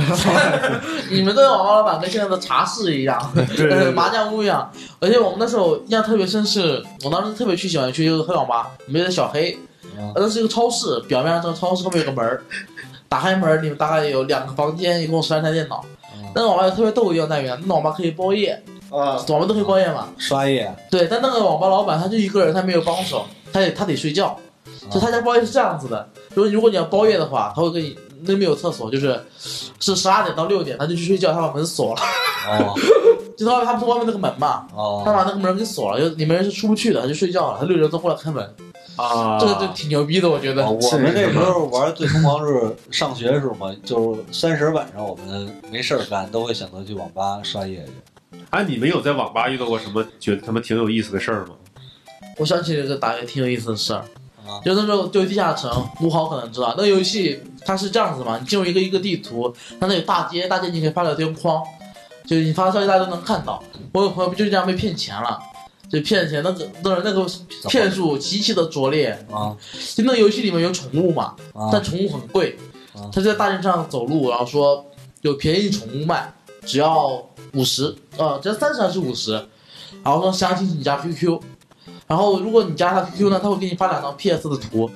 Speaker 2: 你们的网吧老板跟现在的茶室一样，
Speaker 4: 对对对
Speaker 2: 麻将屋一样。而且我们那时候印象特别深是，我当时特别去喜欢去一个黑网吧，我们叫小黑，呃那是一个超市，表面上这个超市后面有个门儿，打开门儿里面大概有两个房间，一共十来台电脑
Speaker 4: 哦
Speaker 3: 嗯。
Speaker 2: 那个网吧特别逗的地方在于，那个网吧可以包夜，
Speaker 1: 啊，
Speaker 2: 网吧都可以包夜嘛。
Speaker 3: 刷夜，
Speaker 2: 对，但那个网吧老板他就一个人，他没有帮手，他得他得睡觉。
Speaker 4: 哦
Speaker 2: 就他家包夜是这样子的，如果如果你要包夜的话，他会给你那边有厕所，就是是十二点到六点，他就去睡觉，他把门锁了，
Speaker 3: 哦
Speaker 2: 就他他不是外面那个门嘛，他把
Speaker 3: 哦，
Speaker 2: 那个门给锁了，就里面人是出不去的，他就睡觉了，他六点钟过来开门，
Speaker 4: 啊，
Speaker 2: 这个就挺牛逼的，我觉得。
Speaker 3: 哦我们那时候玩最疯狂是上学的时候嘛，就是三十晚上我们没事儿干，都会选择去网吧刷夜去。
Speaker 4: 哎，你们有在网吧遇到过什么觉得他妈挺有意思的事儿吗？
Speaker 2: 我想起了一个打一个挺有意思的事儿，
Speaker 3: 啊，
Speaker 2: 就那时候就地下城，吴豪可能知道，那个游戏它是这样子嘛，你进入一个一个地图，它那有大街，大街你可以发聊天框，就是你发消息大家都能看到。我有朋友不就这样被骗钱了，就骗钱那个那个那个骗术极其的拙劣，
Speaker 3: 啊
Speaker 2: 就那个游戏里面有宠物嘛，
Speaker 3: 啊
Speaker 2: 但宠物很贵
Speaker 3: 啊，
Speaker 2: 他就在大街上走路，然后说有便宜宠物卖，只要五十，呃，只要三十还是五十，然后说详情请加 QQ，然后如果你加他 QQ 呢，他会给你发两张 PS 的图，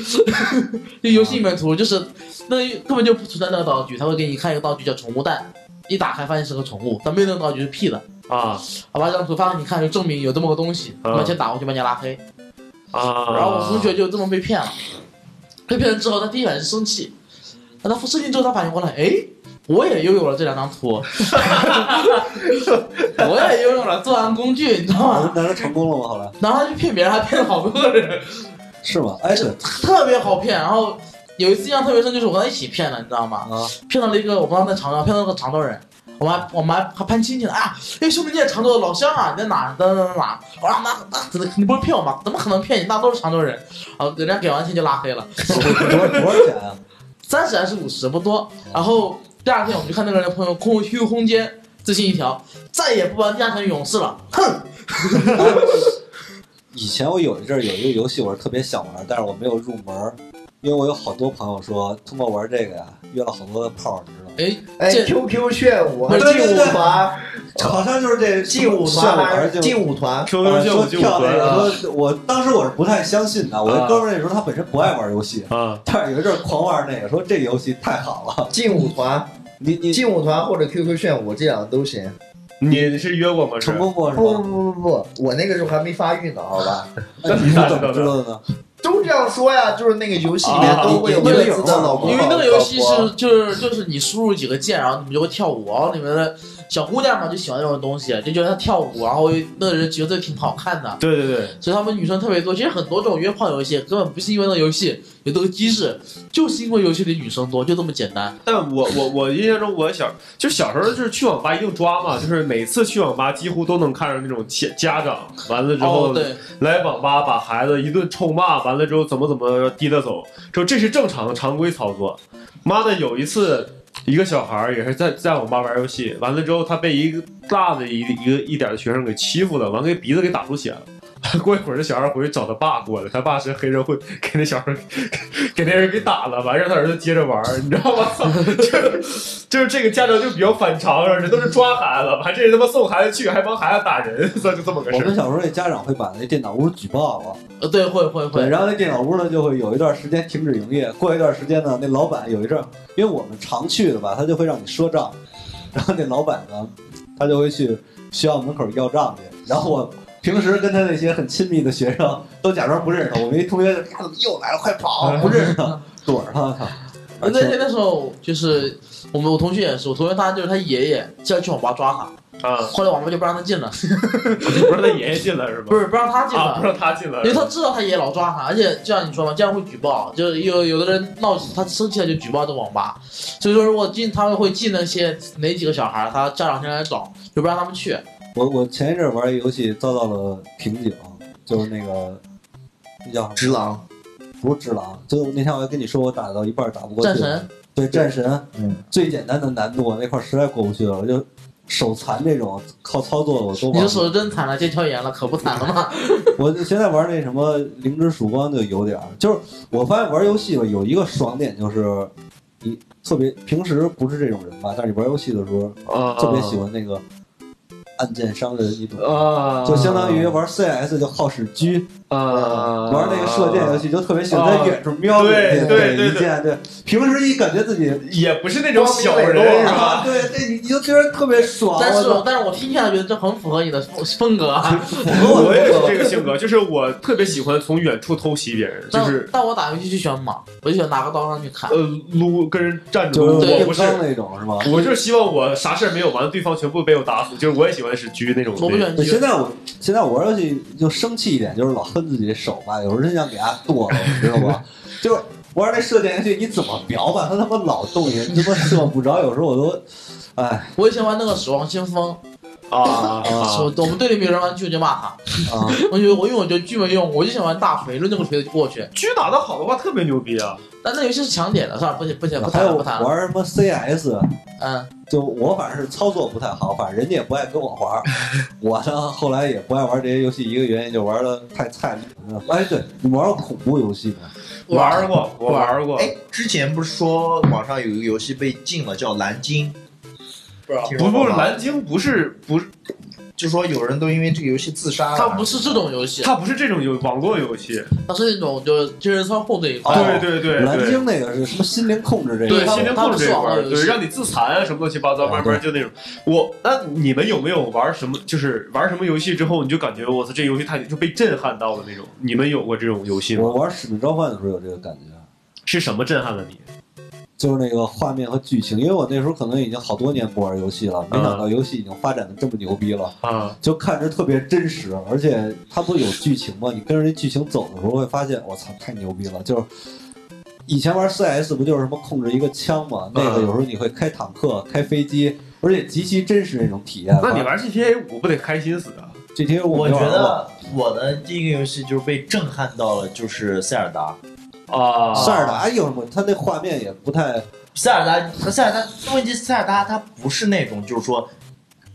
Speaker 2: 就游戏里面的图就是那根本就不存在那个道具，他会给你看一个道具叫宠物蛋，一打开发现是个宠物，但没有那个道具是屁的，
Speaker 4: 啊
Speaker 2: 好吧，这张图发给你看就证明有这么个东西，
Speaker 4: 啊
Speaker 2: 把钱打过去把你拉黑。
Speaker 4: 啊！
Speaker 2: 然后我同学就这么被骗了，被骗了之后，他第一反应是生气，那他生气之后，他反应过来，哎，我也拥有了这两张图， 我也拥有了作案工具，你知道
Speaker 3: 那
Speaker 2: 吗？
Speaker 3: 那他成功了吗？后来
Speaker 2: 然后他就骗别人，还骗了好多人，
Speaker 3: 是吗？ 哎，对
Speaker 2: 特别好骗。然后有一次印象特别深，就是我跟他一起骗的，你知道吗？
Speaker 3: 啊，
Speaker 2: 骗到了一个我不知道在常州，骗到了个常州人。我们还我们还还攀亲戚呢啊！哎，兄弟，你也常州的老乡啊？你在哪？哪哪哪哪？我说啊那那怎么你不是骗我吗？怎么可能骗你？那都是常州人。啊，人家给完钱就拉黑了。
Speaker 3: 多多多少钱啊？
Speaker 2: 三十还是五十不多。然后第二天我们就看那个人的朋友空 QQ 空间最新一条，再也不玩地下城勇士了，哼！
Speaker 3: 以前我有一阵儿有一个游戏，我是特别想玩，但是我没有入门儿，因为我有好多朋友说通过玩这个呀，约了好多的炮儿，你知道吗？
Speaker 2: 哎，
Speaker 1: 哎
Speaker 2: 这
Speaker 1: ，QQ 炫我
Speaker 2: 不是
Speaker 1: 劲
Speaker 3: 对对
Speaker 1: 舞
Speaker 3: 对
Speaker 1: 团，
Speaker 3: 好像就是这
Speaker 1: 劲舞
Speaker 3: 算
Speaker 1: 团
Speaker 3: 玩儿
Speaker 1: 还
Speaker 3: 就是啊
Speaker 1: 劲舞团？
Speaker 4: QQ 炫
Speaker 3: 呃说
Speaker 4: 舞就
Speaker 3: 跳那
Speaker 4: 我
Speaker 3: 个，说我当时我是不太相信的。我那哥们儿那时候他本身不爱玩游戏，
Speaker 4: 啊
Speaker 3: 但是有一阵儿狂玩那个，说这游戏太好了。
Speaker 1: 劲舞团，
Speaker 3: 你你
Speaker 1: 劲舞团或者 QQ 炫舞这两个都行。
Speaker 2: 嗯
Speaker 4: 你是约过吗？是
Speaker 3: 成功过是
Speaker 1: 不
Speaker 3: 吗？
Speaker 1: 不不不不，我那个时候还没发育呢，好 吧？
Speaker 3: 那你是怎么知道的呢？
Speaker 1: 都这样说呀，就是那个游戏里面都会有
Speaker 3: 啊
Speaker 1: 各自的老公，
Speaker 2: 因为那个
Speaker 1: 老
Speaker 2: 游
Speaker 1: 婆
Speaker 2: 戏是就是就是你输入几个键，然后你们就会跳舞，然后你们的小姑娘嘛就喜欢这种东西，就觉得她跳舞，然后那个人觉得挺好看的。
Speaker 4: 对对对，
Speaker 2: 所以他们女生特别多，其实很多这种约炮游戏根本不是因为那个游戏有这个机制，就是因为游戏里女生多，就这么简单。
Speaker 4: 但我我我印象中，我小就小时候就是去网吧一定抓嘛，就是每次去网吧几乎都能看着那种家家长，完了之后、
Speaker 2: 哦，对，
Speaker 4: 来网吧把孩子一顿臭骂，完了之后怎么怎么滴答走，就这是正常的常规操作。妈的，有一次一个小孩儿也是在在网吧玩游戏，完了之后他被一个大的一一个一点的学生给欺负了，完了给鼻子给打出血了。 过一会儿，这小孩回去找他爸过来，他爸是黑社会，给那小孩给那 人给打了，完让他儿子接着玩儿，你知道吗？ 就是就是这个家长就比较反常，人都是抓孩子，完这人他妈送孩子去，还帮孩子打人， 那就这么个
Speaker 3: 我
Speaker 4: 事儿
Speaker 3: 们。小时候那家长会把那电脑屋举报了，
Speaker 2: 呃，对，会会
Speaker 3: 对，
Speaker 2: 会，
Speaker 3: 然后那电脑屋呢就会有一段时间停止营业，过一段时间呢，那老板有一阵儿，因为我们常去的吧，他就会让你赊账，然后那老板呢，他就会去学校门口要账去，然后我。平时跟他那些很亲密的学生都假装不认识他，我们一同学就哎呀怎么又来了，快跑！不认识 他，躲着他，操！
Speaker 2: 那那那时候就是我们我同学也是，我同学他就是他爷爷就要去网吧抓他，
Speaker 4: 啊，
Speaker 2: 后来网吧就不让他进了，
Speaker 4: 不让他爷爷进来是吧？
Speaker 2: 不是不让他进
Speaker 4: 啊，不
Speaker 2: 了。
Speaker 4: 让他进来
Speaker 2: 因。为他知道他爷爷老抓他，而且就像你说嘛，这样会举报，就是有有的人闹他生气了就举报这网吧，所以说如果进他们会进那些哪几个小孩，他家长天天来找，就不让他们去。
Speaker 3: 我我前一阵儿玩一游戏遭到了瓶颈，就是那个那叫什
Speaker 1: 只狼，
Speaker 3: 么不是只狼，就是那天我还跟你说我打到一半儿打不过去，
Speaker 2: 战神，
Speaker 3: 对战神，
Speaker 1: 嗯，
Speaker 3: 最简单的难度我那块儿实在过不去了，我就手残这种靠操作的我都
Speaker 2: 你
Speaker 3: 玩
Speaker 2: 这
Speaker 3: 不了。
Speaker 2: 手真惨了，腱鞘炎了，可不惨了 吗？
Speaker 3: 我就现在玩那什么《灵之曙光》就有点儿，就是我发现玩游戏吧，有一个爽点就是你特别平时不是这种人吧，但是你玩游戏的时候
Speaker 4: 啊，
Speaker 3: 特别喜欢那个暗箭伤人，你懂吗？
Speaker 4: 啊，
Speaker 3: 就相当于玩 CS 就好使狙，
Speaker 4: 啊，
Speaker 3: 玩那个射箭游戏就特别喜欢
Speaker 4: 啊
Speaker 3: 在远处瞄准
Speaker 4: 对
Speaker 3: 人
Speaker 4: 对对啊
Speaker 3: 一箭，对，平时一感觉自己
Speaker 4: 也不是那种小人是
Speaker 3: 啊，
Speaker 4: 吧？
Speaker 3: 对对，你你就觉得特别爽，
Speaker 2: 但是
Speaker 3: 我
Speaker 2: 但是我听起来觉得这很符合你的风格啊。
Speaker 3: 操我
Speaker 4: 我也是这
Speaker 3: 个。
Speaker 4: 个性格，就是我特别喜欢从远处偷袭别人，就
Speaker 2: 但
Speaker 4: 是
Speaker 2: 但我打游戏就喜欢莽，我就喜欢拿个刀上去砍。
Speaker 4: 呃撸跟人站着
Speaker 3: 就
Speaker 4: 撸，
Speaker 3: 是
Speaker 2: 对
Speaker 4: 我
Speaker 3: 电
Speaker 4: 不是。
Speaker 3: 钢那种是吗？
Speaker 4: 我就是希望我啥事儿没有完，对方全部被我打死。就是我也喜欢是狙那种类。
Speaker 2: 我不喜欢
Speaker 3: 对，现
Speaker 2: 狙，
Speaker 3: 在我现在我玩游戏就生气一点，就是老恨自己的手吧，有时候真想给它剁了，你知道吗？ 就是玩那射箭游戏，你怎么瞄吧，它他妈老动你，你他妈射不着，有时候我都，哎
Speaker 2: 我以前玩那个《守望先锋
Speaker 4: 啊》，
Speaker 2: 我
Speaker 4: 啊
Speaker 2: 我们队里面有人玩狙我就骂他，
Speaker 3: 啊，
Speaker 2: 我觉得我因为我觉得狙没用，我就想玩大锤，抡这个锤子就过去。
Speaker 4: 狙打的好的话特别牛逼啊！
Speaker 2: 但那游戏是强点的，算了，不行不行，不
Speaker 3: 还
Speaker 2: 谈了
Speaker 3: 有
Speaker 2: 不谈了。
Speaker 3: 玩什么 CS，
Speaker 2: 嗯，
Speaker 3: 就我反正是操作不太好，反正人家也不爱跟我玩儿。 我呢后来也不爱玩这些游戏，一个原因就玩的太菜了。哎，对你玩过恐怖游戏吗？
Speaker 4: 玩过，我玩过。
Speaker 1: 哎，之前不是说网上有一个游戏被禁了，叫《蓝鲸》，
Speaker 2: 不知道
Speaker 1: 听
Speaker 4: 不
Speaker 1: 说
Speaker 4: 不
Speaker 1: 过
Speaker 4: 是
Speaker 1: 吗，
Speaker 4: 蓝鲸，不是不是，
Speaker 1: 就说有人都因为这个游戏自杀了。
Speaker 2: 它不是这种游戏，
Speaker 4: 它不是这种游网络游戏。
Speaker 2: 它是那种就是真人操控这一块。
Speaker 3: 哦
Speaker 4: 对对对，
Speaker 3: 蓝
Speaker 4: 对
Speaker 3: 鲸那个是什么心灵控制这个？
Speaker 2: 对
Speaker 4: 心灵
Speaker 2: 它
Speaker 4: 控
Speaker 2: 不
Speaker 4: 制这
Speaker 2: 是
Speaker 4: 一块
Speaker 2: 网
Speaker 4: 儿，
Speaker 2: 络游
Speaker 4: 对，
Speaker 2: 戏
Speaker 4: 让你自残啊，什么乱七八糟，
Speaker 3: 啊
Speaker 4: 慢慢就那种。我那你们有没有玩什么？就是玩什么游戏之后，你就感觉我操，这游戏太就被震撼到了那种。你们有过这种游戏
Speaker 3: 我
Speaker 4: 吗？
Speaker 3: 玩《使命召唤》的时候有这个感觉，
Speaker 4: 是什么震撼了你？
Speaker 3: 就是那个画面和剧情，因为我那时候可能已经好多年不玩游戏了，没想到游戏已经发展的这么牛逼了，
Speaker 4: 啊
Speaker 3: 就看着特别真实，而且它不是有剧情吗？你跟着那剧情走的时候会发现，我操，太牛逼了！就是以前玩 CS 不就是什么控制一个枪吗？那个有时候你会开坦克、开飞机，而且极其真实那种体验。啊
Speaker 4: 那你玩 GTA 五不得开心死啊？
Speaker 3: GTA 五
Speaker 1: 我
Speaker 3: 没
Speaker 1: 觉
Speaker 3: 玩过？
Speaker 1: 得我的第一个游戏就是被震撼到了，就是塞尔达。
Speaker 4: 啊，
Speaker 3: 塞尔达有什哎么？它那画面也不太
Speaker 1: 塞尔达和塞尔达，问题塞尔达它不是那种就是说，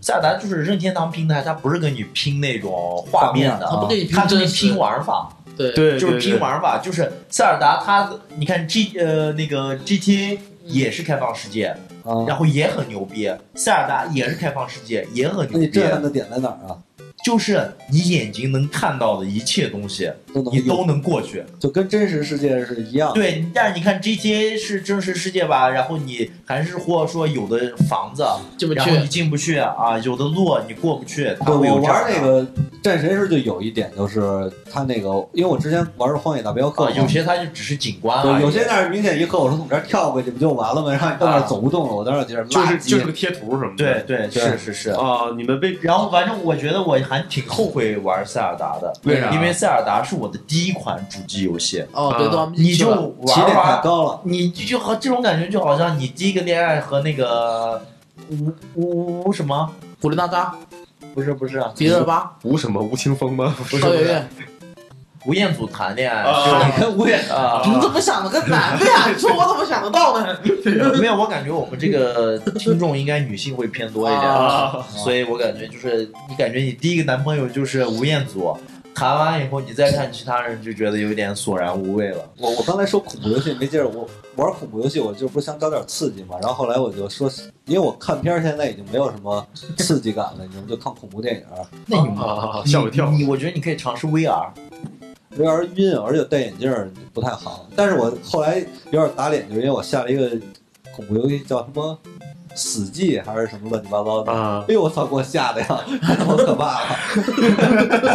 Speaker 1: 塞尔达就是任天堂平台，它不是跟你拼那种画面的，
Speaker 2: 它不跟你拼
Speaker 1: 它跟你
Speaker 2: 真实
Speaker 1: 啊拼，玩法，
Speaker 2: 对，
Speaker 4: 对，
Speaker 1: 就是
Speaker 4: 对
Speaker 1: 拼。玩法，就是塞尔达它，你看 G 呃那个
Speaker 2: 嗯
Speaker 1: GTA 也是开放世界，
Speaker 3: 啊。
Speaker 1: 然后也很牛逼，塞尔达也是开放世界，也很
Speaker 3: 那
Speaker 1: 牛
Speaker 3: 你
Speaker 1: 逼
Speaker 3: 震，撼的点在哪儿啊？
Speaker 1: 就是你眼睛能看到的一切东西，
Speaker 3: 都能
Speaker 1: 你都能过去。
Speaker 3: 就跟真实世界是一样的。
Speaker 1: 对，但是你看 GTA 是真实世界吧，然后你还是或说有的房子，
Speaker 2: 进不
Speaker 1: 然后你
Speaker 2: 去。
Speaker 1: 进不去啊，有的路你过不去，它
Speaker 3: 对，
Speaker 1: 会有
Speaker 3: 我
Speaker 1: 这样
Speaker 3: 玩
Speaker 1: 的
Speaker 3: 那个战神时就有一点，就是他那个，因为我之前玩的《荒野大镖客
Speaker 1: 啊，》有
Speaker 3: 嘛，
Speaker 1: 些它啊就只是景观而
Speaker 3: 对，
Speaker 1: 已
Speaker 3: 有些那儿明显一刻，我说从这儿跳过去不就完了吗？然后你到那
Speaker 1: 啊
Speaker 3: 儿走不动了，我当时觉得
Speaker 4: 就是
Speaker 3: 垃圾
Speaker 4: 就是个贴图什么
Speaker 1: 对
Speaker 4: 的。
Speaker 1: 对
Speaker 3: 对
Speaker 1: 是是是。
Speaker 4: 啊，你们被
Speaker 1: 然后反正我觉得我还挺后悔玩塞尔达的，
Speaker 4: 为啥
Speaker 1: 因为塞尔达是我的第一款主机游戏，
Speaker 2: 哦，对，
Speaker 4: 啊
Speaker 2: 都玩不进
Speaker 1: 你
Speaker 2: 去
Speaker 1: 就
Speaker 2: 了。
Speaker 3: 起
Speaker 1: 玩
Speaker 3: 点太
Speaker 1: 玩，
Speaker 3: 高了。
Speaker 1: 你就和这种感觉就好像你第一个恋爱和那个吴吴吴什么？
Speaker 2: 古力娜扎、
Speaker 1: 不是不是，
Speaker 2: 迪丽热巴、
Speaker 4: 吴什么吴青峰吗？不
Speaker 2: 赵月月，
Speaker 1: 吴彦祖谈恋爱
Speaker 4: 啊
Speaker 1: 是吧
Speaker 3: 你看我也
Speaker 1: 啊
Speaker 2: 你怎么想的个男的呀？你说我怎么想得到呢？
Speaker 1: 没有，我感觉我们这个听众应该女性会偏多一点，
Speaker 2: 啊
Speaker 4: 啊，
Speaker 1: 所以我感觉就是你感觉你第一个男朋友就是吴彦祖，谈完以后，你再看其他人就觉得有点索然无味了。
Speaker 3: 我我刚才说恐怖游戏没劲儿，我玩恐怖游戏我就不是想找点刺激嘛，然后后来我就说，因为我看片儿现在已经没有什么刺激感了，你知道吗？就看恐怖电影儿，
Speaker 1: 那
Speaker 2: 哦
Speaker 1: 你
Speaker 4: 啊，吓我一跳
Speaker 1: 你！你我觉得你可以尝试 VR，
Speaker 3: VR 晕，而且戴眼镜儿不太好。但是我后来有点打脸，就是因为我下了一个恐怖游戏，叫什么《死寂》还是什么乱七八糟的。
Speaker 4: 啊，
Speaker 3: 哎呦我操！给我吓的呀， 太他妈可怕了！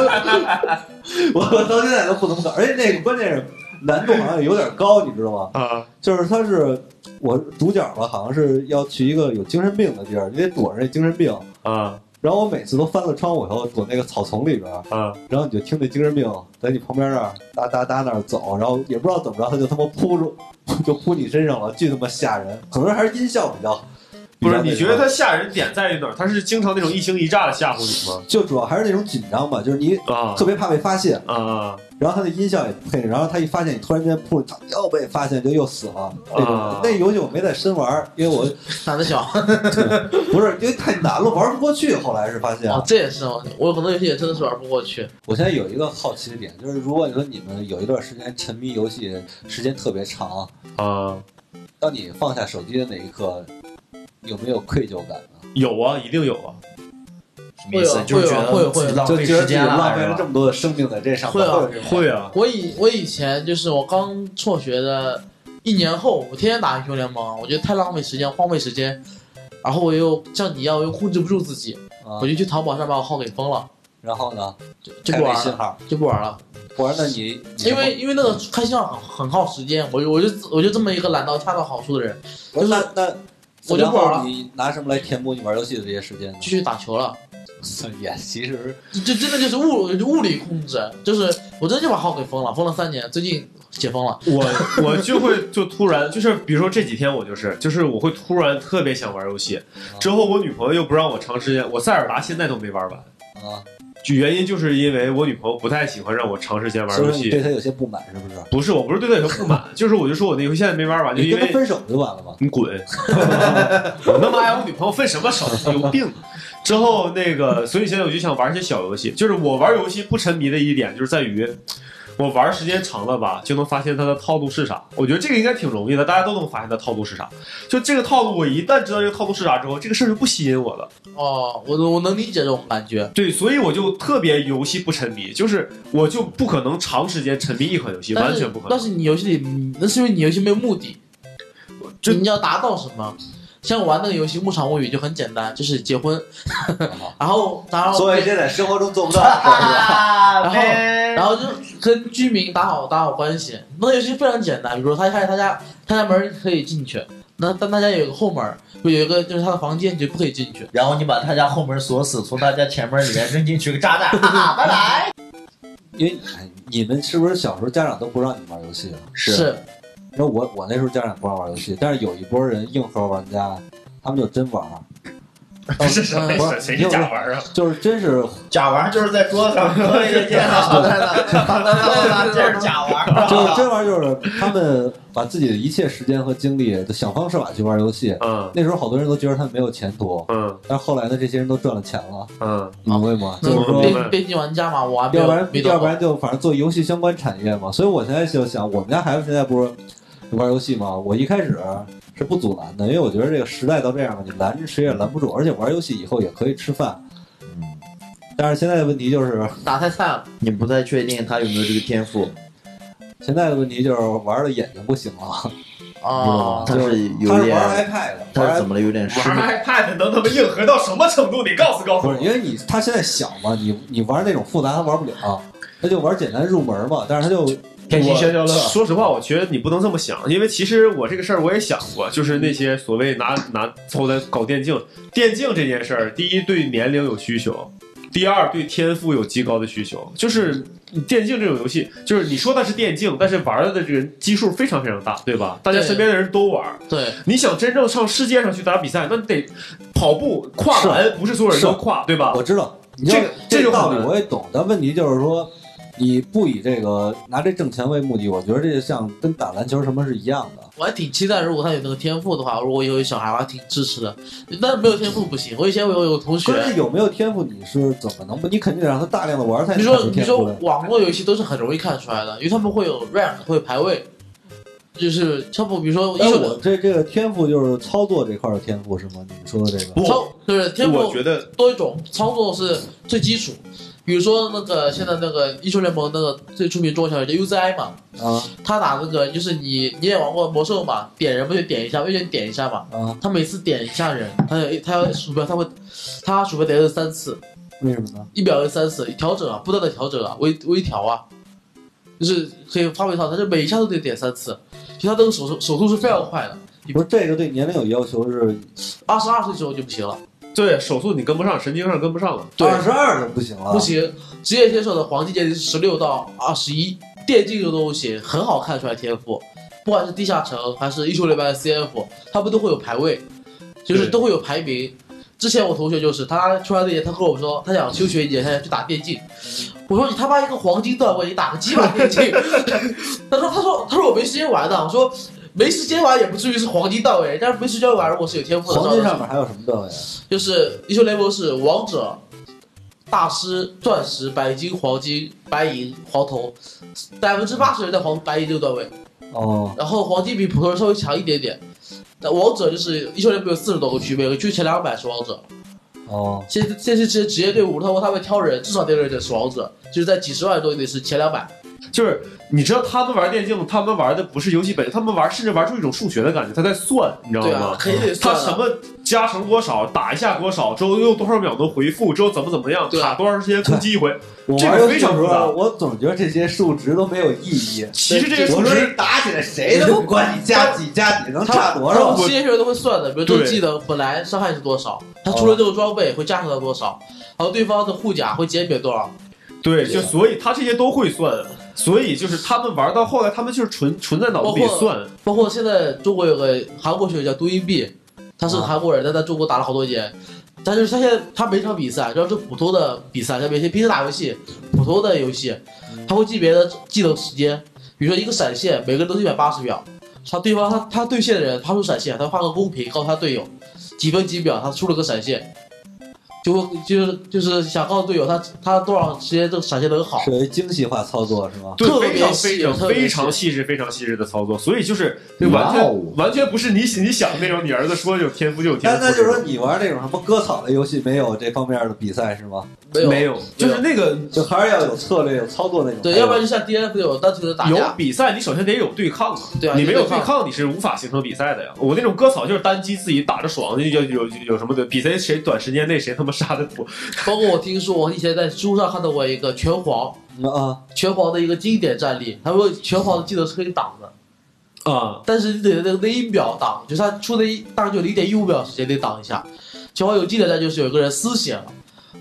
Speaker 3: 我到现在都不能搞，而且那个关键是难度好像有点高，你知道吗？
Speaker 4: 啊，
Speaker 3: 就是他是我主角吧，好像是要去一个有精神病的地儿，你得躲着那精神病。
Speaker 4: 啊，
Speaker 3: 然后我每次都翻了窗户以后躲那个草丛里边儿，
Speaker 4: 啊，
Speaker 3: 然后你就听那精神病在你旁边那儿哒哒哒那儿走，然后也不知道怎么着，他就他妈扑住， 就扑你身上了，巨他妈吓人。可能还是音效比较，
Speaker 4: 不是？
Speaker 3: 比较那
Speaker 4: 你
Speaker 3: 什
Speaker 4: 觉
Speaker 3: 么
Speaker 4: 得它吓人点在于哪儿？它是经常那种一惊一乍的吓唬你吗？
Speaker 3: 就主要还是那种紧张吧，就是你
Speaker 4: 啊
Speaker 3: 特别怕被发现，
Speaker 4: 啊
Speaker 3: 然后他的音效也配着，然后他一发现你突然间扑，他要被发现就又死了那种。
Speaker 4: 啊
Speaker 3: 那游戏我没再深玩儿，因为我
Speaker 2: 胆子小
Speaker 3: 不是因为太难了，玩不过去。后来是发现，
Speaker 1: 啊
Speaker 2: 哦，这也是哦我有很多游戏也真的是玩不过去。
Speaker 3: 我现在有一个好奇的点，就是如果你说你们有一段时间沉迷游戏，时间特别长，
Speaker 4: 啊！
Speaker 3: 当你放下手机的那一刻，有没有愧疚感呢？
Speaker 4: 有啊，一定有啊！
Speaker 1: 什么意思？
Speaker 2: 会有
Speaker 1: 就是觉
Speaker 2: 会
Speaker 1: 得
Speaker 2: 有
Speaker 1: 自己
Speaker 2: 会有
Speaker 1: 浪
Speaker 3: 就
Speaker 1: 费
Speaker 3: 觉得
Speaker 1: 时
Speaker 3: 自己
Speaker 1: 间
Speaker 3: 浪费了
Speaker 1: 是
Speaker 3: 这
Speaker 1: 吧
Speaker 3: 么多的生命在这上面，
Speaker 2: 会啊
Speaker 3: 这种
Speaker 4: 会啊，
Speaker 2: 我以我以前就是我刚辍学的一年后，我天天打英雄联盟，我觉得太浪费时间，荒废时间。然后我又像你一样，我又控制不住自己，
Speaker 3: 啊
Speaker 2: 我。就去淘宝上把我号给封了，
Speaker 3: 然后呢，
Speaker 2: 就就
Speaker 3: 开
Speaker 2: 不
Speaker 3: 微
Speaker 2: 玩
Speaker 3: 信
Speaker 2: 了，
Speaker 3: 号，
Speaker 2: 就不玩了。
Speaker 3: 不然那你你
Speaker 2: 因为因为那个开心号啊很很耗时间，我就我就我就这么一个懒到恰到好处的人，
Speaker 3: 不是那那。
Speaker 2: 我就不玩了
Speaker 3: 然后你拿什么来填补你玩游戏的这些时间呢
Speaker 2: 就？去打球了。
Speaker 3: 也其实
Speaker 2: 这这真的就是物物理控制，就是我真的就把号给封了，封了三年，最近解封了。
Speaker 4: 我我就会就突然就是，比如说这几天我就是就是我会突然特别想玩游
Speaker 3: 啊
Speaker 4: 戏，之后我女朋友又不让我长时间，我塞尔达现在都没玩完，
Speaker 3: 啊，
Speaker 4: 就原因就是因为我女朋友不太喜欢让我长时间玩
Speaker 3: 所
Speaker 4: 游
Speaker 3: 以你
Speaker 4: 戏
Speaker 3: 对。他有些不满是不是？
Speaker 4: 不是，我不是对她有不满，就是我就说我那游戏现在没玩完，就
Speaker 3: 你
Speaker 4: 因
Speaker 3: 跟他
Speaker 4: 为
Speaker 3: 分手不就完 了吗？
Speaker 4: 你滚！我那么爱我女朋友，分什么手？有病！啊之后那个，所以现在我就想玩一些小游戏。就是我玩游戏不沉迷的一点，就是在于我玩时间长了吧，就能发现它的套路是啥。我觉得这个应该挺容易的，大家都能发现它套路是啥。就这个套路，我一旦知道这个套路是啥之后，这个事儿就不吸引我了。
Speaker 2: 哦，我我能理解这种感觉，
Speaker 4: 对，所以我就特别游戏不沉迷，就是我就不可能长时间沉迷一款游戏，
Speaker 2: 但
Speaker 4: 完
Speaker 2: 是
Speaker 4: 全不可
Speaker 2: 但
Speaker 4: 能。
Speaker 2: 是你游戏里，那是因为你游戏没有目的，
Speaker 4: 这
Speaker 2: 你要达到什么？像我玩那个游戏《牧场物语》就很简单，就是结婚，然后然后
Speaker 3: 做一些在生活中做不到的事儿，是吧？
Speaker 1: 然
Speaker 2: 后然后就跟居民打好打好关系。那游戏非常简单，比如说他他他家他家门儿可以进去，那但他家有一个后门儿，有一个就是他的房间你就不可以进去。
Speaker 1: 然后你把他家后门锁死，从他家前门里面扔进去个炸弹，哈哈，拜拜。
Speaker 3: 因为哎你们是不是小时候家长都不让你们玩游戏啊？
Speaker 2: 是
Speaker 3: 你说我我那时候家长不让玩游戏，但是有一波人硬核玩家，他们就真玩儿，
Speaker 4: 是谁
Speaker 2: 嗯
Speaker 3: 不是
Speaker 4: 谁是假玩啊？
Speaker 3: 就是真是
Speaker 1: 假玩就是在桌子上磕一个电脑在那，打打打打，这是假玩。
Speaker 3: 就是真玩儿就是他们把自己的一切时间和精力都想方设法去玩游戏。
Speaker 4: 嗯
Speaker 3: 那时候好多人都觉得他们没有前途，
Speaker 4: 嗯
Speaker 3: 但是后来呢，这些人都赚了钱了，
Speaker 4: 嗯
Speaker 3: 你明白吗？
Speaker 2: 那
Speaker 3: 就是说
Speaker 4: 嗯。
Speaker 2: 边边境玩家嘛，
Speaker 1: 啊
Speaker 2: 我还没有
Speaker 3: 要不然，
Speaker 2: 没
Speaker 3: 要不
Speaker 2: 动过。
Speaker 3: 然就反正做游戏相关产业嘛。所以我现在就想，我们家孩子现在不是玩游戏嘛，我一开始是不阻拦的，因为我觉得这个时代到这样了，你拦着谁也拦不住，而且玩游戏以后也可以吃饭。
Speaker 1: 嗯
Speaker 3: 但是现在的问题就是，
Speaker 2: 打太菜了，
Speaker 1: 你不太确定他有没有这个天赋，
Speaker 3: 现在的问题就是玩的眼睛不行了。
Speaker 2: 哦，
Speaker 1: 他是
Speaker 3: 他
Speaker 1: 有
Speaker 3: 是玩
Speaker 1: 点，
Speaker 3: iPad 的，
Speaker 1: 他是
Speaker 3: 玩
Speaker 1: 怎么了？有点失
Speaker 4: 玩
Speaker 1: 明。
Speaker 4: iPad 能他妈硬核到什么程度？你告诉告诉
Speaker 3: 不
Speaker 4: 我
Speaker 3: 是，因为你他现在小嘛，你你玩那种复杂他玩不了，他就玩简单入门嘛。但是他就
Speaker 1: 开心消消乐
Speaker 4: 说实话，我觉得你不能这么想，因为其实我这个事儿我也想过，就是那些所谓拿拿后来搞电竞，电竞这件事儿，第一对年龄有需求，第二对天赋有极高的需求，就是。电竞这种游戏，就是你说它是电竞，但是玩的这个人基数非常非常大，对吧？大家
Speaker 2: 对
Speaker 4: 身边的人都玩。
Speaker 2: 对，
Speaker 4: 你想真正上世界上去打比赛，那你得跑步跨栏，不是所有人都
Speaker 3: 是
Speaker 4: 跨，对吧？
Speaker 3: 我知道，
Speaker 4: 啊
Speaker 3: 你
Speaker 4: 这
Speaker 3: 要
Speaker 4: 个这
Speaker 3: 这
Speaker 4: 就
Speaker 3: 个
Speaker 4: 很
Speaker 3: 道理
Speaker 4: 难
Speaker 3: 我也懂，但问题就是说，你不以这个拿这挣钱为目的，我觉得这像跟打篮球什么是一样的。
Speaker 2: 我还挺期待，如果他有那个天赋的话，如果以后有小孩，我还挺支持的。但是没有天赋不行。我以前我有有同学
Speaker 3: 可，是有没有天赋，你是怎么能不？你肯定得让他大量的玩儿才
Speaker 2: 你
Speaker 3: 能看
Speaker 2: 说
Speaker 3: 出
Speaker 2: 你
Speaker 3: 天
Speaker 2: 说
Speaker 3: 赋来。
Speaker 2: 网络游戏都是很容易看出来的，因为他们会有 rank 会有排位，就是他不比如说
Speaker 3: 哎，
Speaker 2: 英雄
Speaker 3: 我
Speaker 2: 的
Speaker 3: 这这个天赋就是操作这块儿的天赋是吗？你们说的这个
Speaker 4: 不
Speaker 2: 操，就是天赋
Speaker 4: 我觉得
Speaker 2: 多一种操作是最基础。比如说那个现在那个英雄联盟那个最出名中国小姐叫 UZI 嘛，
Speaker 3: 啊
Speaker 2: 他打那个就是你你也玩过魔兽嘛，点人不就点一下，不就点一下嘛。
Speaker 3: 啊，
Speaker 2: 他每次点一下人，他有他要鼠标，他会他鼠标得二十三次，
Speaker 3: 为什么呢？
Speaker 2: 一秒二十三次，调整啊，不断的调整啊，微微调啊，就是可以发挥到，他就每一下都得点三次，其实他这个手速手速是非常快的，
Speaker 3: 不是这个对年龄有要求是
Speaker 2: 二十二岁之后就不行了，
Speaker 4: 对手速你跟不上，神经上跟不上了。
Speaker 2: 对
Speaker 3: 二十二就不行了，
Speaker 2: 不行，职业选手的黄金年龄是十六到二十一，电竞这个东西很好看出来天赋，不管是地下城还是英雄联盟的 CF，他们都会有排位，就是
Speaker 4: 对
Speaker 2: 都会有排名。之前我同学就是他出来那年，他跟我说他想休学一年，他想去打电竞。
Speaker 3: 嗯
Speaker 2: 我说你他妈一个黄金段位，你打个鸡巴 电竞？他说他说他说我没时间玩的。我说没时间玩也不至于是黄金段位，但是没时间玩如果是有天赋的，
Speaker 3: 黄金上面还有什么段位啊？
Speaker 2: 就是英雄联盟是王者、大师、钻石、白金、黄金、白银、黄铜，百分之八十人在黄白银这个段位，
Speaker 3: 哦，
Speaker 2: 然后黄金比普通人稍微强一点点。但王者就是英雄联盟有四十多个区，每个区前两百是王者。
Speaker 3: 哦，
Speaker 2: 现现在这些职业队伍，他们他们挑人，至少得有人得是王者，就是在几十万人中得是前两百。
Speaker 4: 就是你知道他们玩电竞，他们玩的不是游戏本身，他们玩甚至玩出一种数学的感觉，他在算，你知道
Speaker 2: 对啊
Speaker 4: 吗，？
Speaker 2: 肯定得
Speaker 4: 他
Speaker 2: 算
Speaker 4: 什
Speaker 2: 啊。
Speaker 4: 么加成多少，打一下多少，之后用多少秒能回复，之后怎么怎么样，
Speaker 2: 对啊
Speaker 4: 卡多长时间攻击一回。
Speaker 3: 我
Speaker 4: 这个
Speaker 3: 玩游戏
Speaker 4: 非
Speaker 3: 的
Speaker 4: 常
Speaker 3: 时
Speaker 4: 复杂
Speaker 3: 候，我总觉得这些数值都没有意义。
Speaker 4: 其实这些数
Speaker 3: 我
Speaker 4: 值
Speaker 3: 说
Speaker 1: 打起来谁都不管你加几加几
Speaker 3: 能
Speaker 1: 能
Speaker 3: 差多
Speaker 2: 然
Speaker 3: 少
Speaker 2: 后？这些人都会算的，比如这个技能本来伤害是多少，他出了这个装备会加成到多少，然后对方的护甲会减免多少，
Speaker 4: 对，就所以他这些都会算，所以就是他们玩到后来，他们就是纯纯在脑子里
Speaker 2: 包括
Speaker 4: 算。
Speaker 2: 包括现在中国有个韩国选手叫都英币，他是个
Speaker 3: 啊
Speaker 2: 韩国人，但在中国打了好多年。但是他现在他每场比赛，只要是普通的比赛，像每天平时打游戏，普通的游戏，他会记别的技能时间，比如说一个闪现，每个人都是一百八十秒，他对方他他对线的人发出闪现，他画个公屏告诉他队友几分几秒他出了个闪现，就会就是就是想告诉队友他他多少时间这个闪现能好，
Speaker 3: 属于精细化操作是吗？
Speaker 4: 对
Speaker 2: 特，别
Speaker 4: 非常
Speaker 2: 细
Speaker 4: 非常
Speaker 2: 特别细
Speaker 4: 非常细致、非常细致的操作，所以就是这完全、
Speaker 1: 哇哦
Speaker 4: 完全不是你你想的那种，你儿子说有天赋就有天
Speaker 3: 那
Speaker 4: 赋。
Speaker 3: 那就是说你玩那种什么割草类游戏没有这方面的比赛是吗？
Speaker 2: 没有
Speaker 4: 没有，就是那个
Speaker 3: 就还是要有策略、有操作那种。
Speaker 2: 对，要不然就像 DNF 有单纯的打
Speaker 4: 有
Speaker 2: 架，
Speaker 4: 比赛，你首先得有对抗啊。
Speaker 2: 对啊
Speaker 4: 你没有
Speaker 2: 有对
Speaker 4: 对
Speaker 2: 抗
Speaker 4: 抗，你是无法形成比赛的呀。我那种割草就是单机自己打着爽，有有有什么的比赛谁短时间内谁他妈杀的多。
Speaker 2: 包括我听说我以前在书上看到过一个拳皇。
Speaker 3: 嗯啊，
Speaker 2: 拳皇的一个经典战例，他说拳皇的技能是可以挡的，
Speaker 4: 啊、
Speaker 2: 但是你得那那一秒挡，就是他出那一大概就零点一五秒时间得挡一下。拳皇有经典战就是有个人失血了，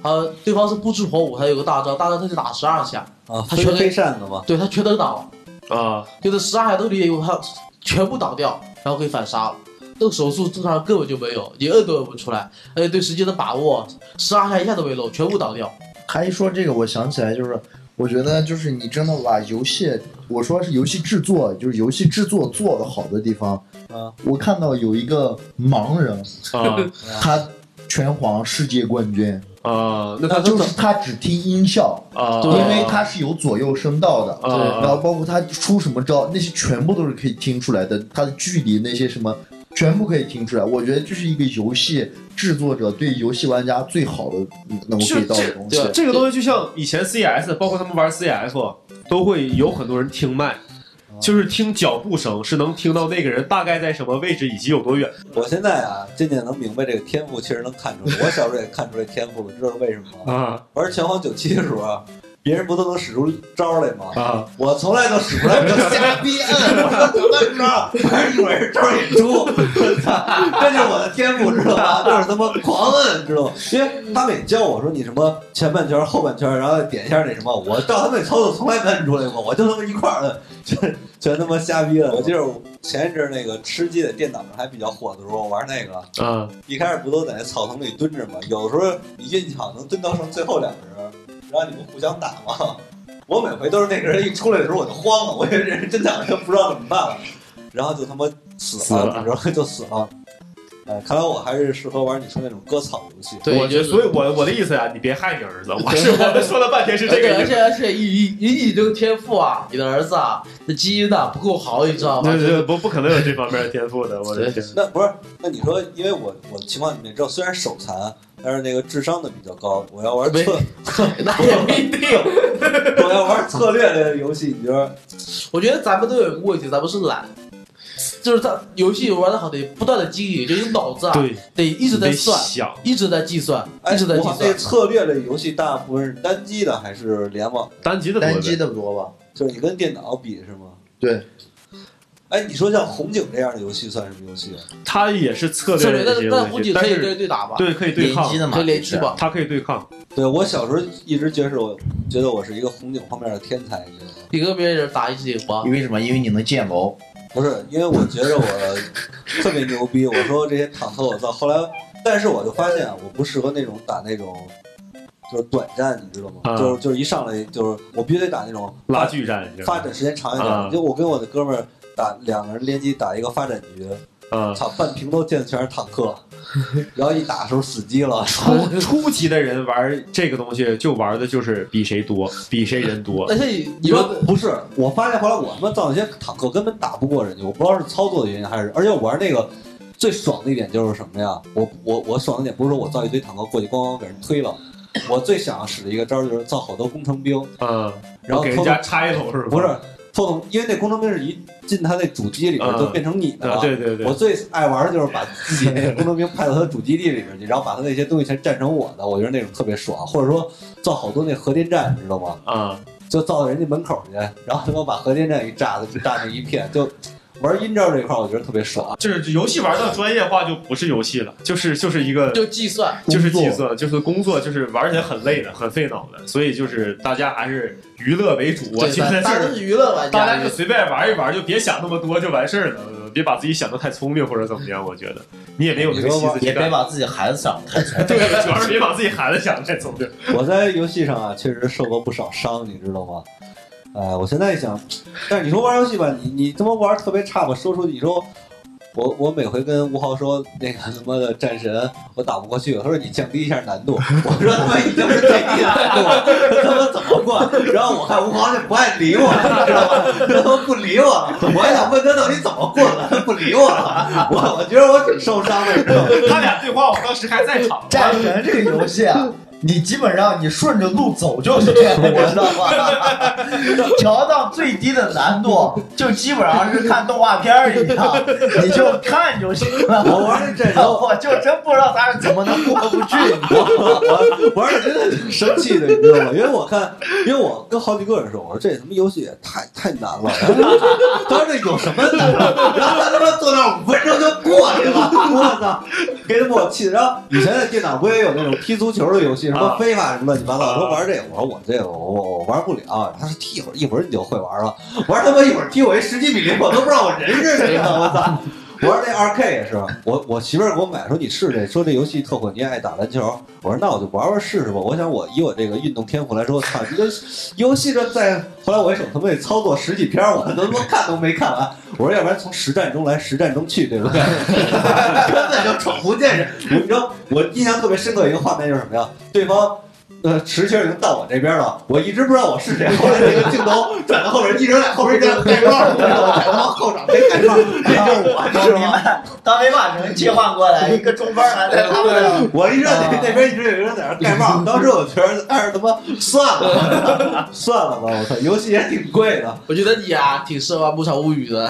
Speaker 2: 呃，对方是不知火舞，他有个大招，大招他就打十二下，
Speaker 3: 啊，
Speaker 2: 他
Speaker 3: 飞
Speaker 2: 全
Speaker 3: 飞扇子嘛，
Speaker 2: 对他全都挡了，
Speaker 4: 啊！
Speaker 2: 就是十二下都零点一五，他全部挡掉，然后可以反杀了。那个手速正常根本就没有，你摁都摁不出来，而且对时间的把握，十二下一下都没漏，全部挡掉。
Speaker 5: 还一说这个，我想起来就是，我觉得就是你真的把游戏，我说是游戏制作，就是游戏制作做的好的地方。
Speaker 3: 啊，
Speaker 5: 我看到有一个盲人，
Speaker 4: 啊
Speaker 5: 他拳皇世界冠军，
Speaker 4: 啊，那他
Speaker 5: 他就是他只听音效，
Speaker 4: 啊，
Speaker 5: 因为他是有左右声道的。
Speaker 2: 对
Speaker 4: 啊，
Speaker 5: 然后包括他出什么招，那些全部都是可以听出来的，他的距离那些什么，全部可以听出来。我觉得这是一个游戏制作者对游戏玩家最好的嗯能够给到的东西。
Speaker 2: 对
Speaker 4: 这个东西就像以前 CS，包括他们玩 CF，都会有很多人听麦，就是听脚步声，是能听到那个人大概在什么位置以及有多远。
Speaker 3: 我现在啊，渐渐能明白这个天赋，其实能看出来。我小时候也看出来天赋了，知道是为什么吗？
Speaker 4: 啊
Speaker 3: 玩拳皇九七的时候啊，别人不都能使出招来吗？
Speaker 4: 啊！
Speaker 3: 我从来都使不出来，我就瞎逼摁，我说怎么着，还是一会儿招也出，我操这就是我的天赋，知道吧？就是他妈狂摁，知道吗？因为他们也教我说你什么前半圈、后半圈，然后点一下那什么，我照他们那操作从来没摁出来过，我就他妈一块儿摁，全全他妈瞎逼摁。我记得我前一阵儿那个吃鸡在电脑上还比较火的时候，我玩那个，
Speaker 4: 啊
Speaker 3: 一开始不都在那草丛里蹲着吗？有时候你运气好能蹲到剩最后两个人，然后你不互相打吗？我每回都是那个人一出来的时候我就慌了，我这人真的不知道怎么办了，然后就他妈死
Speaker 4: 死
Speaker 3: 了，
Speaker 4: 了
Speaker 3: 然后就死了。哎，看来我还是适合玩你说那种割草游戏。
Speaker 2: 对，
Speaker 4: 我
Speaker 2: 就
Speaker 4: 觉
Speaker 2: 是
Speaker 4: 所以我，我的意思呀、啊你别害你儿子。 我是我们说了半天是这
Speaker 2: 对
Speaker 4: 个
Speaker 2: 而
Speaker 4: 意思。
Speaker 2: 且而且以以以你这个天赋啊，你的儿子啊，这基因啊不够好，你知道吗？
Speaker 4: 对对，不不可能有这方面的天赋的，我的天！
Speaker 3: 那不是？那你说，因为我我情况你们也知道，虽然手残，但是那个智商的比较高。我要玩
Speaker 2: 没
Speaker 3: 策，
Speaker 2: 那也不一定。
Speaker 3: 我要玩策略类的游戏，你觉得？
Speaker 2: 我觉得咱们都有一个问题，咱们是懒，就是在游戏玩的好得不断的经营，就是脑子啊
Speaker 4: 对，
Speaker 2: 得一直在
Speaker 4: 得
Speaker 2: 算，
Speaker 4: 想，
Speaker 2: 一直在计算，
Speaker 3: 哎，
Speaker 2: 一直在计
Speaker 3: 我那
Speaker 2: 算。
Speaker 3: 策略类游戏大部分是单机的还是联网？
Speaker 4: 单机的多
Speaker 5: 单
Speaker 4: 呗
Speaker 5: 机的多吧？
Speaker 3: 就是你跟电脑比是吗？
Speaker 5: 对。
Speaker 3: 哎，你说像红警这样的游戏算什么游戏啊？
Speaker 4: 它也是策
Speaker 2: 策
Speaker 4: 略
Speaker 2: 略，
Speaker 4: 类的
Speaker 2: 但
Speaker 4: 一些
Speaker 2: 是但
Speaker 4: 东
Speaker 2: 红
Speaker 4: 西，
Speaker 2: 警
Speaker 4: 但
Speaker 2: 可以
Speaker 4: 是
Speaker 2: 跟对打吧？
Speaker 4: 对可以对
Speaker 5: 联
Speaker 4: 抗
Speaker 5: 机，的嘛，
Speaker 2: 可以联机吧？
Speaker 4: 它可以对抗。
Speaker 3: 对我小时候一直觉得是我觉得我是一个红警方面的天才，你知道吗？
Speaker 2: 你跟别人打一起赢吧
Speaker 5: 因。为什么？因为你能建楼。
Speaker 3: 不是，因为我觉得我特别牛逼。我说这些坦克，我操！后来，但是我就发现啊，我不适合那种打那种，就是短战，你知道吗？
Speaker 4: 啊
Speaker 3: 就是就是一上来就是我必须得打那种
Speaker 4: 拉
Speaker 3: 发
Speaker 4: 锯战是
Speaker 3: 发
Speaker 4: 吧？
Speaker 3: 展时间长一点。
Speaker 4: 啊
Speaker 3: 就我跟我的哥们儿打两个人联机打一个发展局，
Speaker 4: 啊，
Speaker 3: 操，半屏都建的全是坦克，然后一打的时候死机了。
Speaker 4: 初初级的人玩这个东西，就玩的就是比谁多，比谁人多。
Speaker 2: 而且你
Speaker 3: 你
Speaker 2: 你
Speaker 3: 说
Speaker 2: 说
Speaker 3: 不是？我发现后来我他妈造那些坦克根本打不过人家，我不知道是操作的原因还是……而且我玩那个最爽的一点就是什么呀？我我我爽的点不是说我造一堆坦克过去咣咣给人推了，我最想使的一个招就是造好多工程兵，
Speaker 4: 嗯，
Speaker 3: 然后
Speaker 4: 给人
Speaker 3: 偷偷
Speaker 4: 家拆头是吧？
Speaker 3: 不是偷偷，因为那工程兵是一进他那主机里边
Speaker 4: 嗯
Speaker 3: 就变成你的
Speaker 4: 啊，
Speaker 3: 了。
Speaker 4: 对对对，
Speaker 3: 我最爱玩的就是把自己那个工程兵派到他的主基地里边去，然后把他那些东西全占成我的，我觉得那种特别爽。或者说造好多那核电站，你知道吗？
Speaker 4: 啊，
Speaker 3: 就造到人家门口去，然后他妈把核电站给炸的，就炸成一片。就玩阴招这一块，我觉得特别爽。
Speaker 4: 就是游戏玩到专业化就不是游戏了，就是就是一个
Speaker 2: 就计算，
Speaker 4: 就是
Speaker 5: 工作
Speaker 4: 计算，就是工作，就是玩起来很累的，很费脑的，所以就是大家还是娱乐为主。啊我
Speaker 2: 对
Speaker 4: 觉得
Speaker 2: 咱
Speaker 4: 就
Speaker 2: 大家
Speaker 4: 是
Speaker 2: 都是娱乐玩
Speaker 4: 大家
Speaker 2: 家
Speaker 4: 就，随便玩一玩，就别想那么多就完事儿了，呃别把自己想的太聪明或者怎么样。我觉得你也没有那个心思去
Speaker 1: 也别
Speaker 4: 干，
Speaker 1: 把自己孩子想太惨。
Speaker 4: 对，主要是别把自己孩子想的太聪明。
Speaker 3: 我在游戏上啊，确实受过不少伤，你知道吗？哎，我现在一想，但是你说玩游戏吧，你你他妈玩特别差吧？说出你说。我我每回跟吴豪说那个他妈的战神我打不过去，他说你降低一下难度，我说他妈已经是最低的难度了，他妈怎么过？然后我看吴豪就不爱理我，你知道吗？他他妈不理我了，我还想问他到底怎么过的，他不理我了，我我觉得我挺受伤的，你知道吗？
Speaker 4: 他俩对话，我当时还在 场。
Speaker 1: 战神这个游戏啊，你基本上你顺着路走就行，你知道吗？调到最低的难度，就基本上是看动画片儿一样，你就看就行了。
Speaker 3: 我玩那战 神，
Speaker 1: 我就真不知道他是怎么能过不去。
Speaker 3: 我我玩的真的挺生气的，你知道吗？因为我看，因为我跟好几个人说，我说这他妈游戏也太太难了，当时有什么难的？然后他他妈坐那儿五分钟就过去了，我操，给他我气的。然后以前在电脑不也有那种踢足球的游戏，什么
Speaker 4: 啊
Speaker 3: 非法什么乱七八糟，我说
Speaker 4: 啊
Speaker 3: 玩这个，我说我这个我我我玩不了。他说踢一会儿一会儿你就会玩了，玩他妈一会儿踢我一十几比零，我都不知道我人是谁了，我操！我说那二 K 也是，我我媳妇儿给我买说你试试，说这游戏特火，你也爱打篮球。我说那我就玩玩试试吧。我想我以我这个运动天赋来说，操，这游戏这在后来我一手他妈得操作十几篇，我都都看都没看完。我说要不然从实战中来，实战中去，对不对？根本就宠不见人。我你知道我印象特别深刻一个画面就是什么呀？对方。呃，持球已经到我这边了，我一直不知道我是谁。后来那个镜头转到后边，一直在后边这样盖帽，我在他妈后场没盖帽，这就是我，
Speaker 1: 我
Speaker 3: 是
Speaker 1: 明
Speaker 3: 吗？
Speaker 1: 白，当没把人切换过来，一个中班还在他们那。
Speaker 3: 我一直在
Speaker 1: 啊
Speaker 3: 那边一直有人在那盖帽，当时我觉得哎他妈算了，算了吧， 我操，游戏也挺贵的，
Speaker 2: 我觉得你啊挺适合玩《牧场物语》的。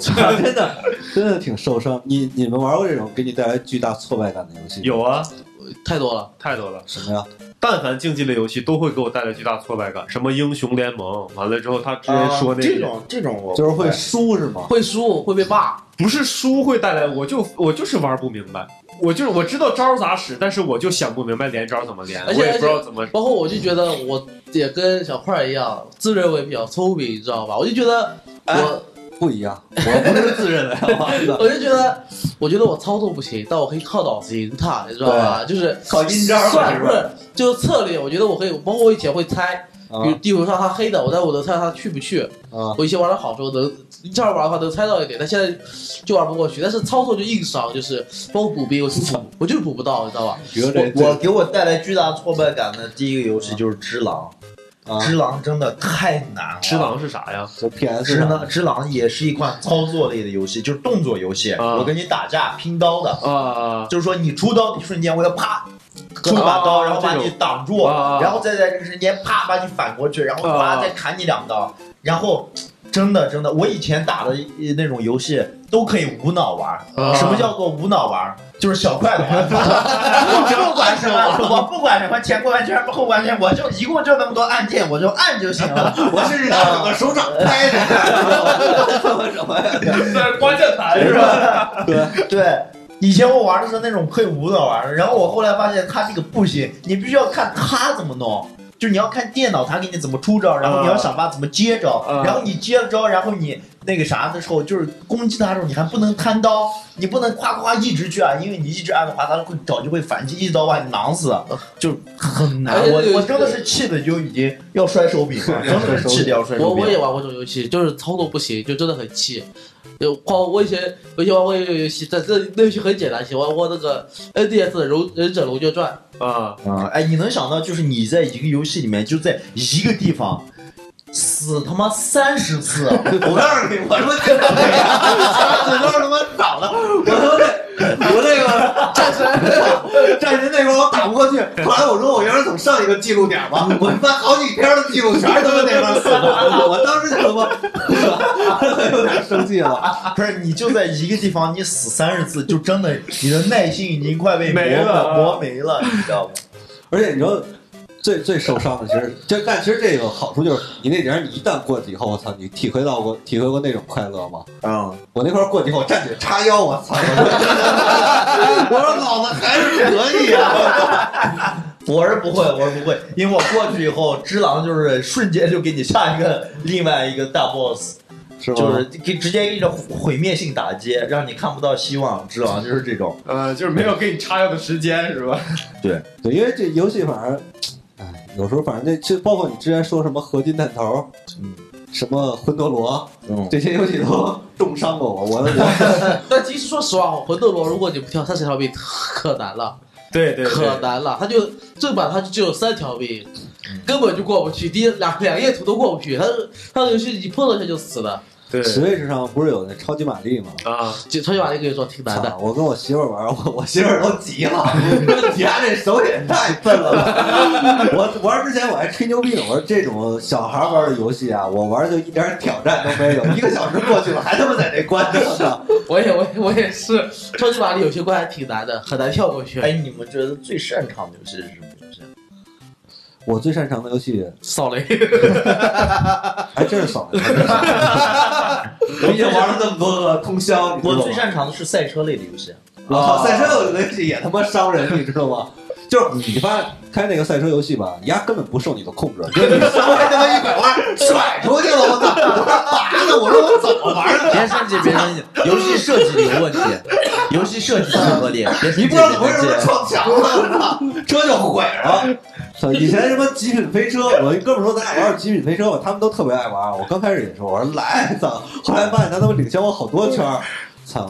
Speaker 3: 真的 真的挺受伤。你你们玩过这种给你带来巨大挫败感的游戏？
Speaker 4: 有啊，
Speaker 2: 太多了，
Speaker 4: 太多了。
Speaker 3: 什么呀？
Speaker 4: 但凡竞技类游戏都会给我带来巨大挫败感，什么英雄联盟，完了之后他之前说
Speaker 1: 啊
Speaker 4: 那
Speaker 1: 这
Speaker 4: 个
Speaker 1: 种这种我
Speaker 3: 就是会输是吗？
Speaker 2: 会输会被骂，
Speaker 4: 不是输会带来，我就我就是玩不明白，我就是我知道招咋使，但是我就想不明白连招怎么连，
Speaker 2: 而且
Speaker 4: 我也不知道怎么。
Speaker 2: 包括我就觉得我也跟小块儿一样，自认为比较聪明，你知道吧？我就觉得我。
Speaker 3: 哎不一样，我不是自认为，啊 我
Speaker 2: 我就觉得，我觉得我操作不行，但我可以靠脑子赢他，你知道吧？就是
Speaker 3: 哎靠阴招儿
Speaker 2: 算
Speaker 3: 是
Speaker 2: 不
Speaker 3: 吧？
Speaker 2: 是，就是策略。我觉得我可以，包括我以前会猜，
Speaker 3: 啊
Speaker 2: 比如地图上它黑的，我在我能猜到它去不去。
Speaker 3: 啊
Speaker 2: 我以前玩的好时候能一下玩的话能猜到一点，但现在就玩不过去。但是操作就硬伤，就是包括补兵，我是补我就是补不到，你知道吧？
Speaker 3: 这
Speaker 1: 我我给我带来巨大挫败感的第一个游戏就是《只狼》，
Speaker 3: 啊！
Speaker 1: 只狼》真的太难了。
Speaker 4: 吃狼是啥呀？
Speaker 3: 这 PS
Speaker 1: 只
Speaker 3: 上
Speaker 1: 狼只狼也是一款操作类的游戏，就是动作游戏。
Speaker 4: 啊
Speaker 1: 我跟你打架拼刀的，
Speaker 4: 啊
Speaker 1: 就是说你出刀的瞬间，我要啪出一把刀，
Speaker 4: 啊
Speaker 1: 然后把
Speaker 4: 这种
Speaker 1: 你挡住，
Speaker 4: 啊
Speaker 1: 然后再在这个瞬间啪把你反过去，然后
Speaker 4: 啊
Speaker 1: 啪再砍你两刀，然后真的真的，我以前打的一那种游戏都可以无脑玩。
Speaker 2: 啊
Speaker 1: 什么叫做无脑玩？就是小快玩， 我不管什么，我不管什么前过完圈后过完圈，我就一共就那么多按键，我就按就行了。
Speaker 3: 我甚至拿两个手掌拍着，什么呀？
Speaker 4: 那是关键盘是吧？
Speaker 1: 对，以前我玩的是那种可以无脑玩的，然后我后来发现它这个不行，你必须要看他怎么弄。就是你要看电脑，它给你怎么出招，然后你要想法怎么接招，
Speaker 4: 啊
Speaker 1: 然后你接了招，然后你那个啥的时候，就是攻击它的时候，你还不能贪刀，你不能夸夸一直去按，因为你一直按的话，它会早就会反击，一刀把你囊死，就很难
Speaker 2: 而。且
Speaker 1: 我
Speaker 2: 这个
Speaker 1: 我真的是气的就已经要摔手柄了，真的是气的要摔手
Speaker 2: 我
Speaker 1: 柄
Speaker 2: 我。也玩过这种游戏，就是操作不行，就真的很气。就包我以前我以前玩过一个游戏，但这那游戏很简单，以前玩过那个 NDS 的《忍忍者龙卷传》，
Speaker 4: 啊，
Speaker 1: 啊、哎，你能想到就是你在一个游戏里面，就在一个地方死他妈三十次，啊
Speaker 3: 我告诉你，我说 这个，我说他妈咋了？我说这，我这个战神，战神那关我打不过去。后来我说我原来总上一个记录点吧，我他妈好几篇的记录全是他妈那边死的，我我当时就 他妈有点生气了。
Speaker 1: 啊不是你就在一个地方你死三十次，就真的你的耐心已经快被磨
Speaker 4: 没了啊
Speaker 1: 磨没了，你知道吗？
Speaker 3: 而且你知道。最最受伤的其实，就但其实这个好处就是，你那点儿你一旦过去以后，我操，你体会到过体会过那种快乐吗？
Speaker 1: 啊、
Speaker 3: 我那块儿过去以后站起来叉腰，我操！我说老子还是可以啊！
Speaker 1: 我是不会，我是不会，因为我过去以后，只狼就是瞬间就给你下一个另外一个大 boss，
Speaker 3: 是
Speaker 1: 就是给直接一种毁灭性打击，让你看不到希望。只狼就是这种，
Speaker 4: 呃，就是没有给你插腰的时间是吧？
Speaker 3: 对，因为这游戏反正，哎，有时候反正这这包括你之前说什么合金弹头，
Speaker 1: 嗯，
Speaker 3: 什么魂斗罗，
Speaker 1: 嗯，
Speaker 3: 这些游戏都 重伤过我。 我我
Speaker 2: 但其实说实话，魂斗罗如果你不跳三十条命， 可难了，
Speaker 4: 对对嗯
Speaker 2: 可难了。它就正版，它就只有三条命，根本就过不去，第一两两页图都过不去。它它的游戏你碰到一下就死了，
Speaker 4: 对
Speaker 3: Switch 上不是有那超级玛丽吗？
Speaker 4: 啊，
Speaker 2: 就超级玛丽跟你说挺难的。
Speaker 3: 操我跟我媳妇儿玩，我我媳妇儿都急了，你家这手也太笨了吧。 我玩之前我还吹牛逼呢，我说这种小孩玩的游戏啊，我玩就一点挑战都没有，一个小时过去了，还他妈在那关着呢。
Speaker 2: 我也我也我也是，超级玛丽有些关还挺难的，很难跳过去。
Speaker 1: 哎，你们觉得最擅长的游戏是什么游戏？
Speaker 3: 我最擅长的游戏
Speaker 2: 扫雷，
Speaker 3: 还真 是扫雷，我已经玩了那么多个通宵，你知道
Speaker 1: 我
Speaker 3: 吗
Speaker 1: 最擅长的是赛车类的游戏。
Speaker 3: 我操，赛车有的游戏也他妈伤人，你知道吗？ 就是你发现开那个赛车游戏吧，丫根本不受你的 控制，就是你稍微他妈一拐弯甩出去了，我操！我说麻呢，我说我怎么玩的？
Speaker 1: 别生气，别生气，游戏设计有问题，游戏设计有问题，别生气，
Speaker 3: 你
Speaker 1: 别
Speaker 3: 不知道你为
Speaker 1: 生
Speaker 3: 什么
Speaker 1: 气。
Speaker 3: 撞墙了，我操， 车就毁了。操以前什么极品飞车，我一哥们儿说咱俩玩极品飞车吧，他们都特别爱玩。我刚开始也是，我说来，操！后来发现他他妈领先我好多圈儿，操！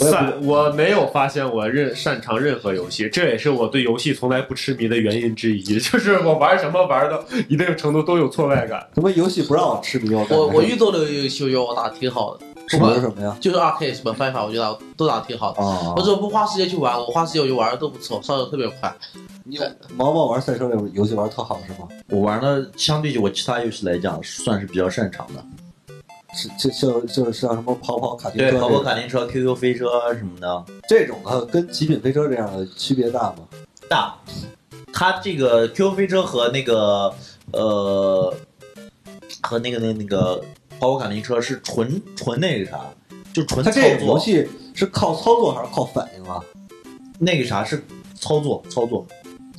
Speaker 3: 我也 不
Speaker 4: 散，我没有发现我任擅长任何游戏，这也是我对游戏从来不痴迷的原因之一。 就是我玩什么玩到一定程度都有挫败感。
Speaker 3: 什么游戏不让我吃迷我感觉
Speaker 2: 我我运动类游戏我觉得我打得挺好的，
Speaker 3: 什么什么呀？
Speaker 2: 就是二 K 什么办法，我觉得都打得挺好的。
Speaker 3: 啊
Speaker 2: 我，只要不花时间去玩，我花时间我就玩的都不错，上手特别快。
Speaker 3: 你毛毛玩赛车类游戏玩得特好是吗？
Speaker 1: 我玩的相对于我其他游戏来讲，算是比较擅长的。
Speaker 3: 是就就就是像什么跑跑卡丁
Speaker 1: 对，
Speaker 3: 车
Speaker 1: 跑跑卡丁车、QQ 飞车什么的，
Speaker 3: 这种的，跟极品飞车这样的区别大吗？
Speaker 1: 大。它这个 QQ 飞车和那个呃，和那个那那个跑跑卡丁车是纯纯那个啥，就纯
Speaker 3: 它
Speaker 1: 操
Speaker 3: 这种游
Speaker 1: 作，
Speaker 3: 戏是靠操作还是靠反应啊？
Speaker 1: 那个啥是操作操作，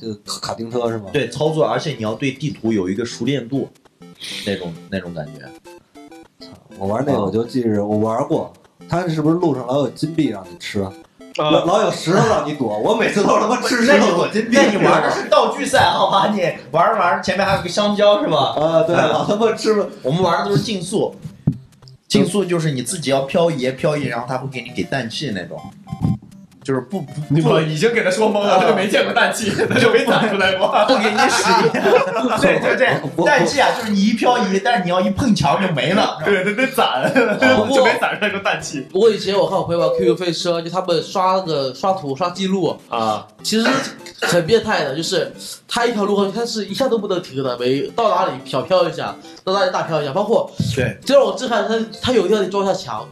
Speaker 3: 这个卡丁车是吗？
Speaker 1: 对操作，而且你要对地图有一个熟练度，那种那种感觉。
Speaker 3: 我玩那个
Speaker 1: 啊
Speaker 3: 我就记着我玩过，它是不是路上老有金币让你吃？老
Speaker 4: 啊，
Speaker 3: 老有石头让你躲，我每次都他妈吃
Speaker 1: 那
Speaker 3: 石
Speaker 1: 你
Speaker 3: 头，我真
Speaker 1: 那你玩的是道具赛好吧？你玩着玩着前面还有个香蕉是吧？
Speaker 3: 啊，对，老他 妈吃了
Speaker 1: 我们玩的都是竞速，竞速就是你自己要漂移漂移，然后他会给你给氮气那种，就是不不
Speaker 4: 你
Speaker 1: 不
Speaker 4: 我已经给他说懵了，
Speaker 1: 啊
Speaker 4: 他就没见过氮气，他就没打出来过。
Speaker 1: 不给你使，对对对，氮气啊，就是你一漂移，但是你要一碰墙就没了。
Speaker 4: 对，他得攒，
Speaker 2: 不过
Speaker 4: 就没攒出来个氮气
Speaker 2: 不过以 前我看我朋友玩 QQ 飞车，就他们刷那个刷图刷记录，
Speaker 4: 啊。
Speaker 2: 其实很变态的，就是他一条路过去，他是一下都不能停的，每到哪里小飘一下，到哪里大飘一下，包括
Speaker 1: 对，
Speaker 2: 就让我震撼的是他，他有一天撞一下墙，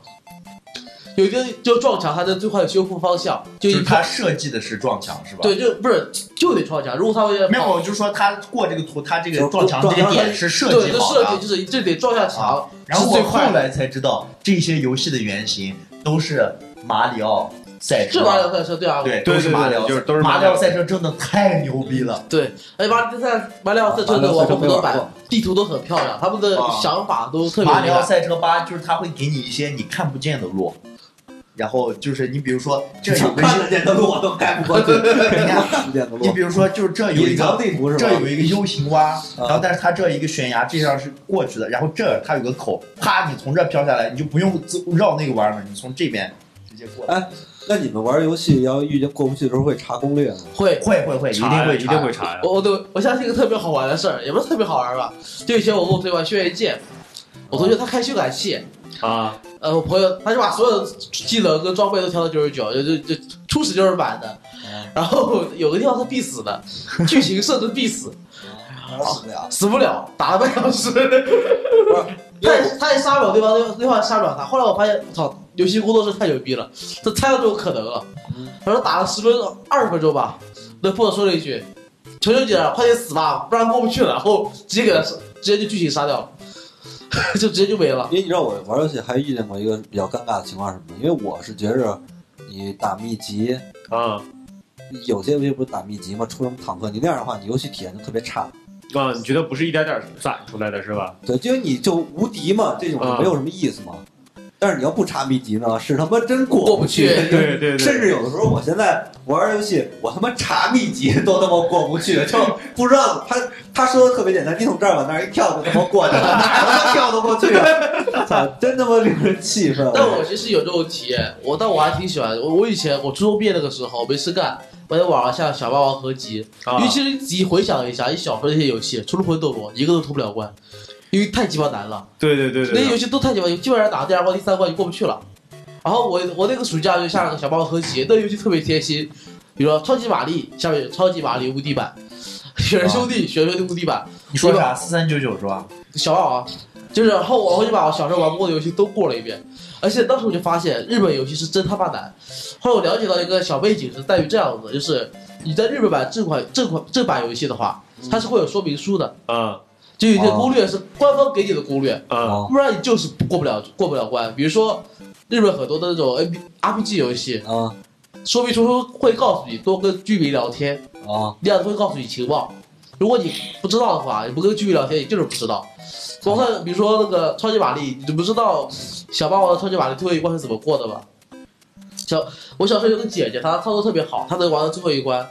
Speaker 2: 有一天就撞墙，他能最快修复方向，就
Speaker 1: 就
Speaker 2: 一
Speaker 1: 是他设计的是撞墙是吧？，
Speaker 2: 对，就不是就得撞墙，如果他会
Speaker 1: 没有，我就说他过这个图，他这个撞墙这个点是设
Speaker 2: 对，
Speaker 1: 计
Speaker 2: 这
Speaker 1: 好
Speaker 2: 设计啊
Speaker 1: 的。
Speaker 2: 就是就得撞下墙，
Speaker 1: 然后
Speaker 2: 是
Speaker 1: 我
Speaker 2: 最
Speaker 1: 后
Speaker 2: 快的。
Speaker 1: 来才知道，这些游戏的原型都是马里奥赛车，
Speaker 2: 这玩意儿算是对啊，
Speaker 1: 对，
Speaker 4: 对
Speaker 1: 都是
Speaker 4: 对对
Speaker 1: 马里奥，
Speaker 4: 就是都是
Speaker 1: 马
Speaker 4: 马
Speaker 1: 里
Speaker 4: 里
Speaker 1: 奥
Speaker 4: 奥
Speaker 1: 赛车，真的太牛逼了。
Speaker 2: 对，而且哎马里奥赛马里奥赛车的我们都版地图都很漂亮，他们的
Speaker 1: 啊
Speaker 2: 想法都特别
Speaker 1: 马里
Speaker 2: 厉
Speaker 1: 奥
Speaker 2: 害。
Speaker 1: 赛车八就是他会给你一些你看不见的路，然后就是你比如说这有个，
Speaker 3: 看得见的路我都开不过去， 人家看不见的
Speaker 1: 你
Speaker 3: 路。
Speaker 1: 比如说就是这有 一
Speaker 3: 隐藏
Speaker 1: 个。
Speaker 3: 地图是
Speaker 1: 这
Speaker 3: 吧啊
Speaker 1: 有？一个 U 型洼，然啊后但是它这一个悬崖，这样是过去的，然后这它有个口，啪，你从这飘下来，你就不用自绕那个弯了，你从这边直接过来。
Speaker 3: 那你们玩游戏要遇见过不去的时候会查攻略吗？
Speaker 2: 会，
Speaker 1: 会会会，一定
Speaker 4: 查呀
Speaker 1: 会
Speaker 4: 一定会。查呀。
Speaker 2: 我我对我相信一个特别好玩的事儿，也不是特别好玩吧，就以前我跟我同学玩轩辕剑，我同学他开修改器，
Speaker 4: 啊，
Speaker 2: 呃，我朋友他就把所有的技能跟装备都调到九十九，就就就初始就是满的， 然后有个地方他必死的，剧情设置必死，
Speaker 3: 死不了，
Speaker 2: 死不了，打了半小时，他也他也杀不了对方，对方对方也杀不了他。后来我发现，我操，游戏工作室太牛逼了，他猜到这种可能了。他说打了十分钟、二十分钟吧，那 BOSS 说了一句：“求求你了，快点死吧，不然过不去了。”然后直接给他杀直接就剧情杀掉了，就直接就没了。
Speaker 3: 因为你知道我玩游戏还遇见过一个比较尴尬的情况是什么？因为我是觉着你打秘籍，
Speaker 4: 啊
Speaker 3: 有些游戏不是打秘籍吗？出什么坦克，你那样的话，你游戏体验就特别差。
Speaker 4: 啊！你觉得不是一点点攒出来的是吧？
Speaker 3: 对，因为你就无敌嘛，这种就没有什么意思嘛。但是你要不查秘籍呢，是他妈真
Speaker 2: 过
Speaker 3: 过
Speaker 2: 不
Speaker 3: 去。
Speaker 2: 去
Speaker 4: 对对对，
Speaker 3: 甚至有的时候，我现在玩游戏，我他妈查秘籍都他妈过不去，就不知道他他说的特别简单，你从这儿往那儿一跳就他妈过去 了，哪儿他妈跳得过去啊？操，真他妈令人气 愤！
Speaker 2: 但我其实有这种体验，我但我还挺喜欢。我我以前我初中毕业那个时候没事干，我在网上下小霸王合集，
Speaker 4: 啊
Speaker 2: 尤其是你仔细回想一下，一小时候那些游戏，除了魂斗罗，一个都通不了关，因为太鸡巴难了。
Speaker 4: 对对对
Speaker 2: 那些游
Speaker 4: 对，
Speaker 2: 戏都太鸡巴，基本上打到第二关、第三关就过不去了。然后我我那个暑假就下了个小霸王合集，那游戏特别贴心，比如说超级玛丽下面有超级玛丽无敌版， 雪人兄弟雪人兄弟无敌版，
Speaker 1: 你说啥？四三九九是吧？
Speaker 2: 小霸王，就是然后我就把我小时候玩过的游戏都过了一遍。而且当时我就发现日本游戏是真他妈难。后来我了解到一个小背景是在于这样子，就是你在日本版正款正款正版游戏的话，它是会有说明书的，
Speaker 4: 啊
Speaker 2: 就有一些攻略是官方给你的攻略，
Speaker 4: 啊
Speaker 3: 啊
Speaker 2: 不然你就是过不了过不了关。比如说日本很多的那种 N P R P G 游戏，
Speaker 3: 啊
Speaker 2: 说明书会告诉你多跟居民聊天，
Speaker 3: 啊！
Speaker 2: 那样会告诉你情报。如果你不知道的话，你不跟居民聊天，你就是不知道。包括比如说那个超级玛丽，你不知道小霸王的超级玛丽最后一关是怎么过的吧？小我小时候有个姐姐，她操作特别好，她能玩到最后一关，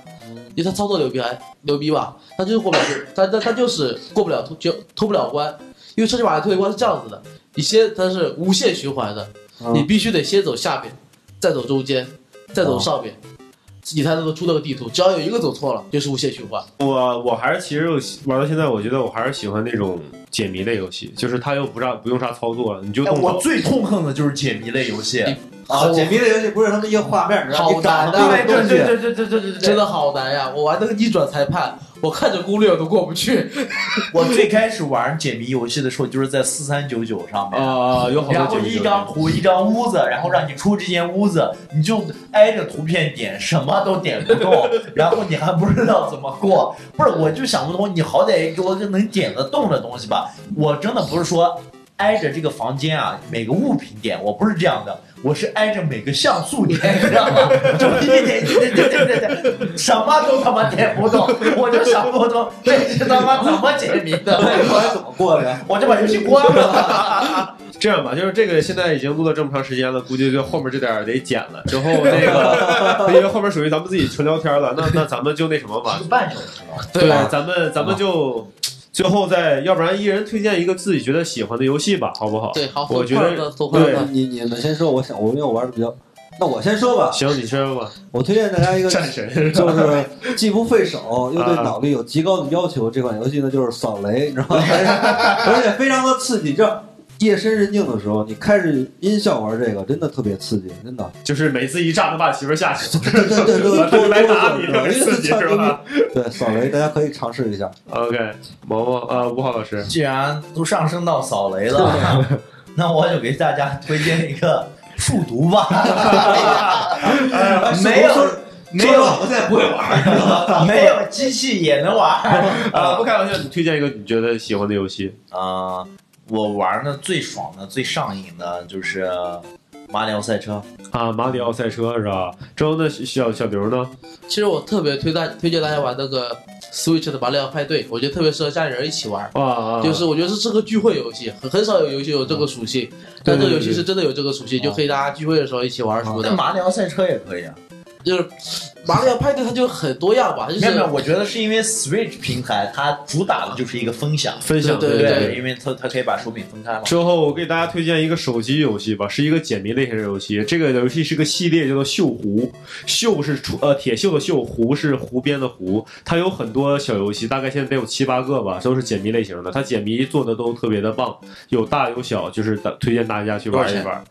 Speaker 2: 因为她操作牛逼还牛逼吧，她就是过不了，她她她就是过不了突就突不了关，因为超级玛丽最后一关是这样子的，你先它是无限循环的，你必须得先走下边，再走中间，再走上面，你才能够出那个地图。只要有一个走错了，就是无限循环。
Speaker 4: 我我还是其实我玩到现在，我觉得我还是喜欢那种解谜类游戏，就是它又不啥不用啥操作了，你就
Speaker 1: 哎
Speaker 4: 动
Speaker 1: 我
Speaker 4: 手。
Speaker 1: 最痛恨的就是解谜类游戏。
Speaker 3: 啊，解谜类游戏不是他妈一个画面，然后你找到
Speaker 2: 好
Speaker 3: 那
Speaker 2: 难
Speaker 3: 个东西，
Speaker 1: 对对对对
Speaker 2: 真的好难呀！我玩那个逆转裁判，我看着攻略我都过不去。
Speaker 1: 我最开始玩解谜游戏的时候，就是在四三九九上面。
Speaker 4: 啊，有好
Speaker 1: 然后
Speaker 4: 多解谜
Speaker 1: 一
Speaker 4: 游戏
Speaker 1: 张图一张屋子，然后让你出这间屋子，你就挨着图片点，什么都点不动，然后你还不知道怎么过。不是，我就想不通，你好歹也给我个能点得动的东西吧。我真的不是说挨着这个房间啊，每个物品点，我不是这样的，我是挨着每个像素点，你知道吗？就一点一点一点一点一点，什么都他妈点不动，我就想不通这是他妈怎么解谜的。
Speaker 3: 那你后来怎么过的呀？
Speaker 1: 我就把游戏关了。
Speaker 4: 这样吧，就是这个现在已经录了这么长时间了，估计就后面这点儿得剪了。之后那个，因为后面属于咱们自己纯聊天了，那那咱们就那什么吧
Speaker 1: 一，个半小时了，
Speaker 2: 对吧？啊
Speaker 4: 咱们咱们就最后再，要不然一人推荐一个自己觉得喜欢的游戏吧，好不好？
Speaker 2: 对，好，
Speaker 4: 我觉得
Speaker 2: 多快
Speaker 4: 对
Speaker 2: 乐，
Speaker 3: 你你们先说，我想我因为我玩的比较，那我先说吧。
Speaker 4: 行，你说吧。
Speaker 3: 我推荐大家一个，
Speaker 4: 战 神，
Speaker 3: 就是既不费手又对
Speaker 4: 啊
Speaker 3: 脑力有极高的要求，这款游戏呢就是扫雷，你知道吗？ 而且非常的刺激，这。夜深人静的时候，你开着音效玩这个，真的特别刺激，真的。
Speaker 4: 就是每次一炸能把媳妇儿吓死，
Speaker 3: 对对对对，
Speaker 4: 完他就来打你，
Speaker 3: 对
Speaker 4: 特别刺激是吧？
Speaker 3: 对，扫雷大家可以尝 试一下。
Speaker 4: ？OK，毛毛啊，吴浩老师，
Speaker 1: 既然都上升到扫雷了， 那我就给大家推荐一个数独吧，没有
Speaker 3: 说
Speaker 1: 没有
Speaker 3: 我现在不会玩。
Speaker 1: 没有机器也能玩儿
Speaker 4: 啊，不开玩笑，你推荐一个你觉得喜欢的游戏，
Speaker 1: 啊、我玩的最爽的、最上瘾的就是《马里奥赛车》。
Speaker 4: 啊，马里奥赛车是吧？之后呢，小小刘呢？
Speaker 2: 其实我特别推大推荐大家玩那个 Switch 的马里奥派对，我觉得特别适合家里人一起玩。
Speaker 4: 啊，啊
Speaker 2: 就是我觉得是是个聚会游戏，很很少有游戏有这个属性，但这个游戏是真的有这个属性，就可以大家聚会的时候一起玩什么
Speaker 1: 那
Speaker 2: 的。
Speaker 1: 马里奥赛车也可以啊。
Speaker 2: 就是马里奥派对它就很多样吧，就
Speaker 1: 没有没有，
Speaker 2: 是
Speaker 1: 我觉得是因为 Switch 平台它主打的就是一个分享，
Speaker 4: 分享
Speaker 2: 对
Speaker 1: 对
Speaker 2: 对
Speaker 1: 不
Speaker 4: 对
Speaker 1: 因为它它可以把手柄分开嘛。
Speaker 4: 之后我给大家推荐一个手机游戏吧，是一个解谜类型的游戏。这个游戏是个系列，叫做《锈湖》，锈是出呃铁锈的锈，湖是湖边的湖。它有很多小游戏，大概现在得有七八个吧，都是解谜类型的。它解谜做的都特别的棒，有大有小，就是大推荐大家去玩一玩。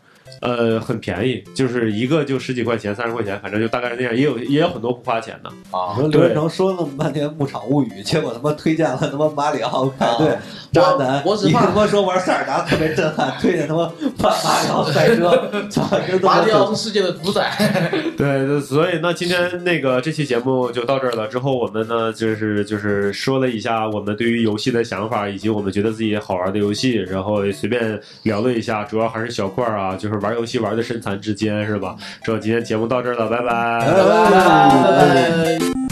Speaker 4: 呃，很便宜，就是一个就十几块钱、三十块钱，反正就大概是那样。也有也有很多不花钱的。
Speaker 3: 你
Speaker 1: 啊，
Speaker 3: 说刘仁成说那么半天《牧场物语》，结果他妈推荐了他妈马里奥派对、渣男，
Speaker 2: 啊我我只
Speaker 3: 你
Speaker 2: 怕
Speaker 3: 他妈说玩塞尔达特别震撼，推荐他妈马马里奥赛 车，操，真他妈
Speaker 2: 马里奥是世界的主宰。
Speaker 4: 对，所以那今天那个这期节目就到这儿了。之后我们呢，就是就是说了一下我们对于游戏的想法，以及我们觉得自己好玩的游戏，然后也随便聊了一下，主要还是小块儿啊，就是玩游戏玩的身残志坚是吧？之后今天节目到这儿了，拜拜
Speaker 3: 拜拜
Speaker 2: 拜拜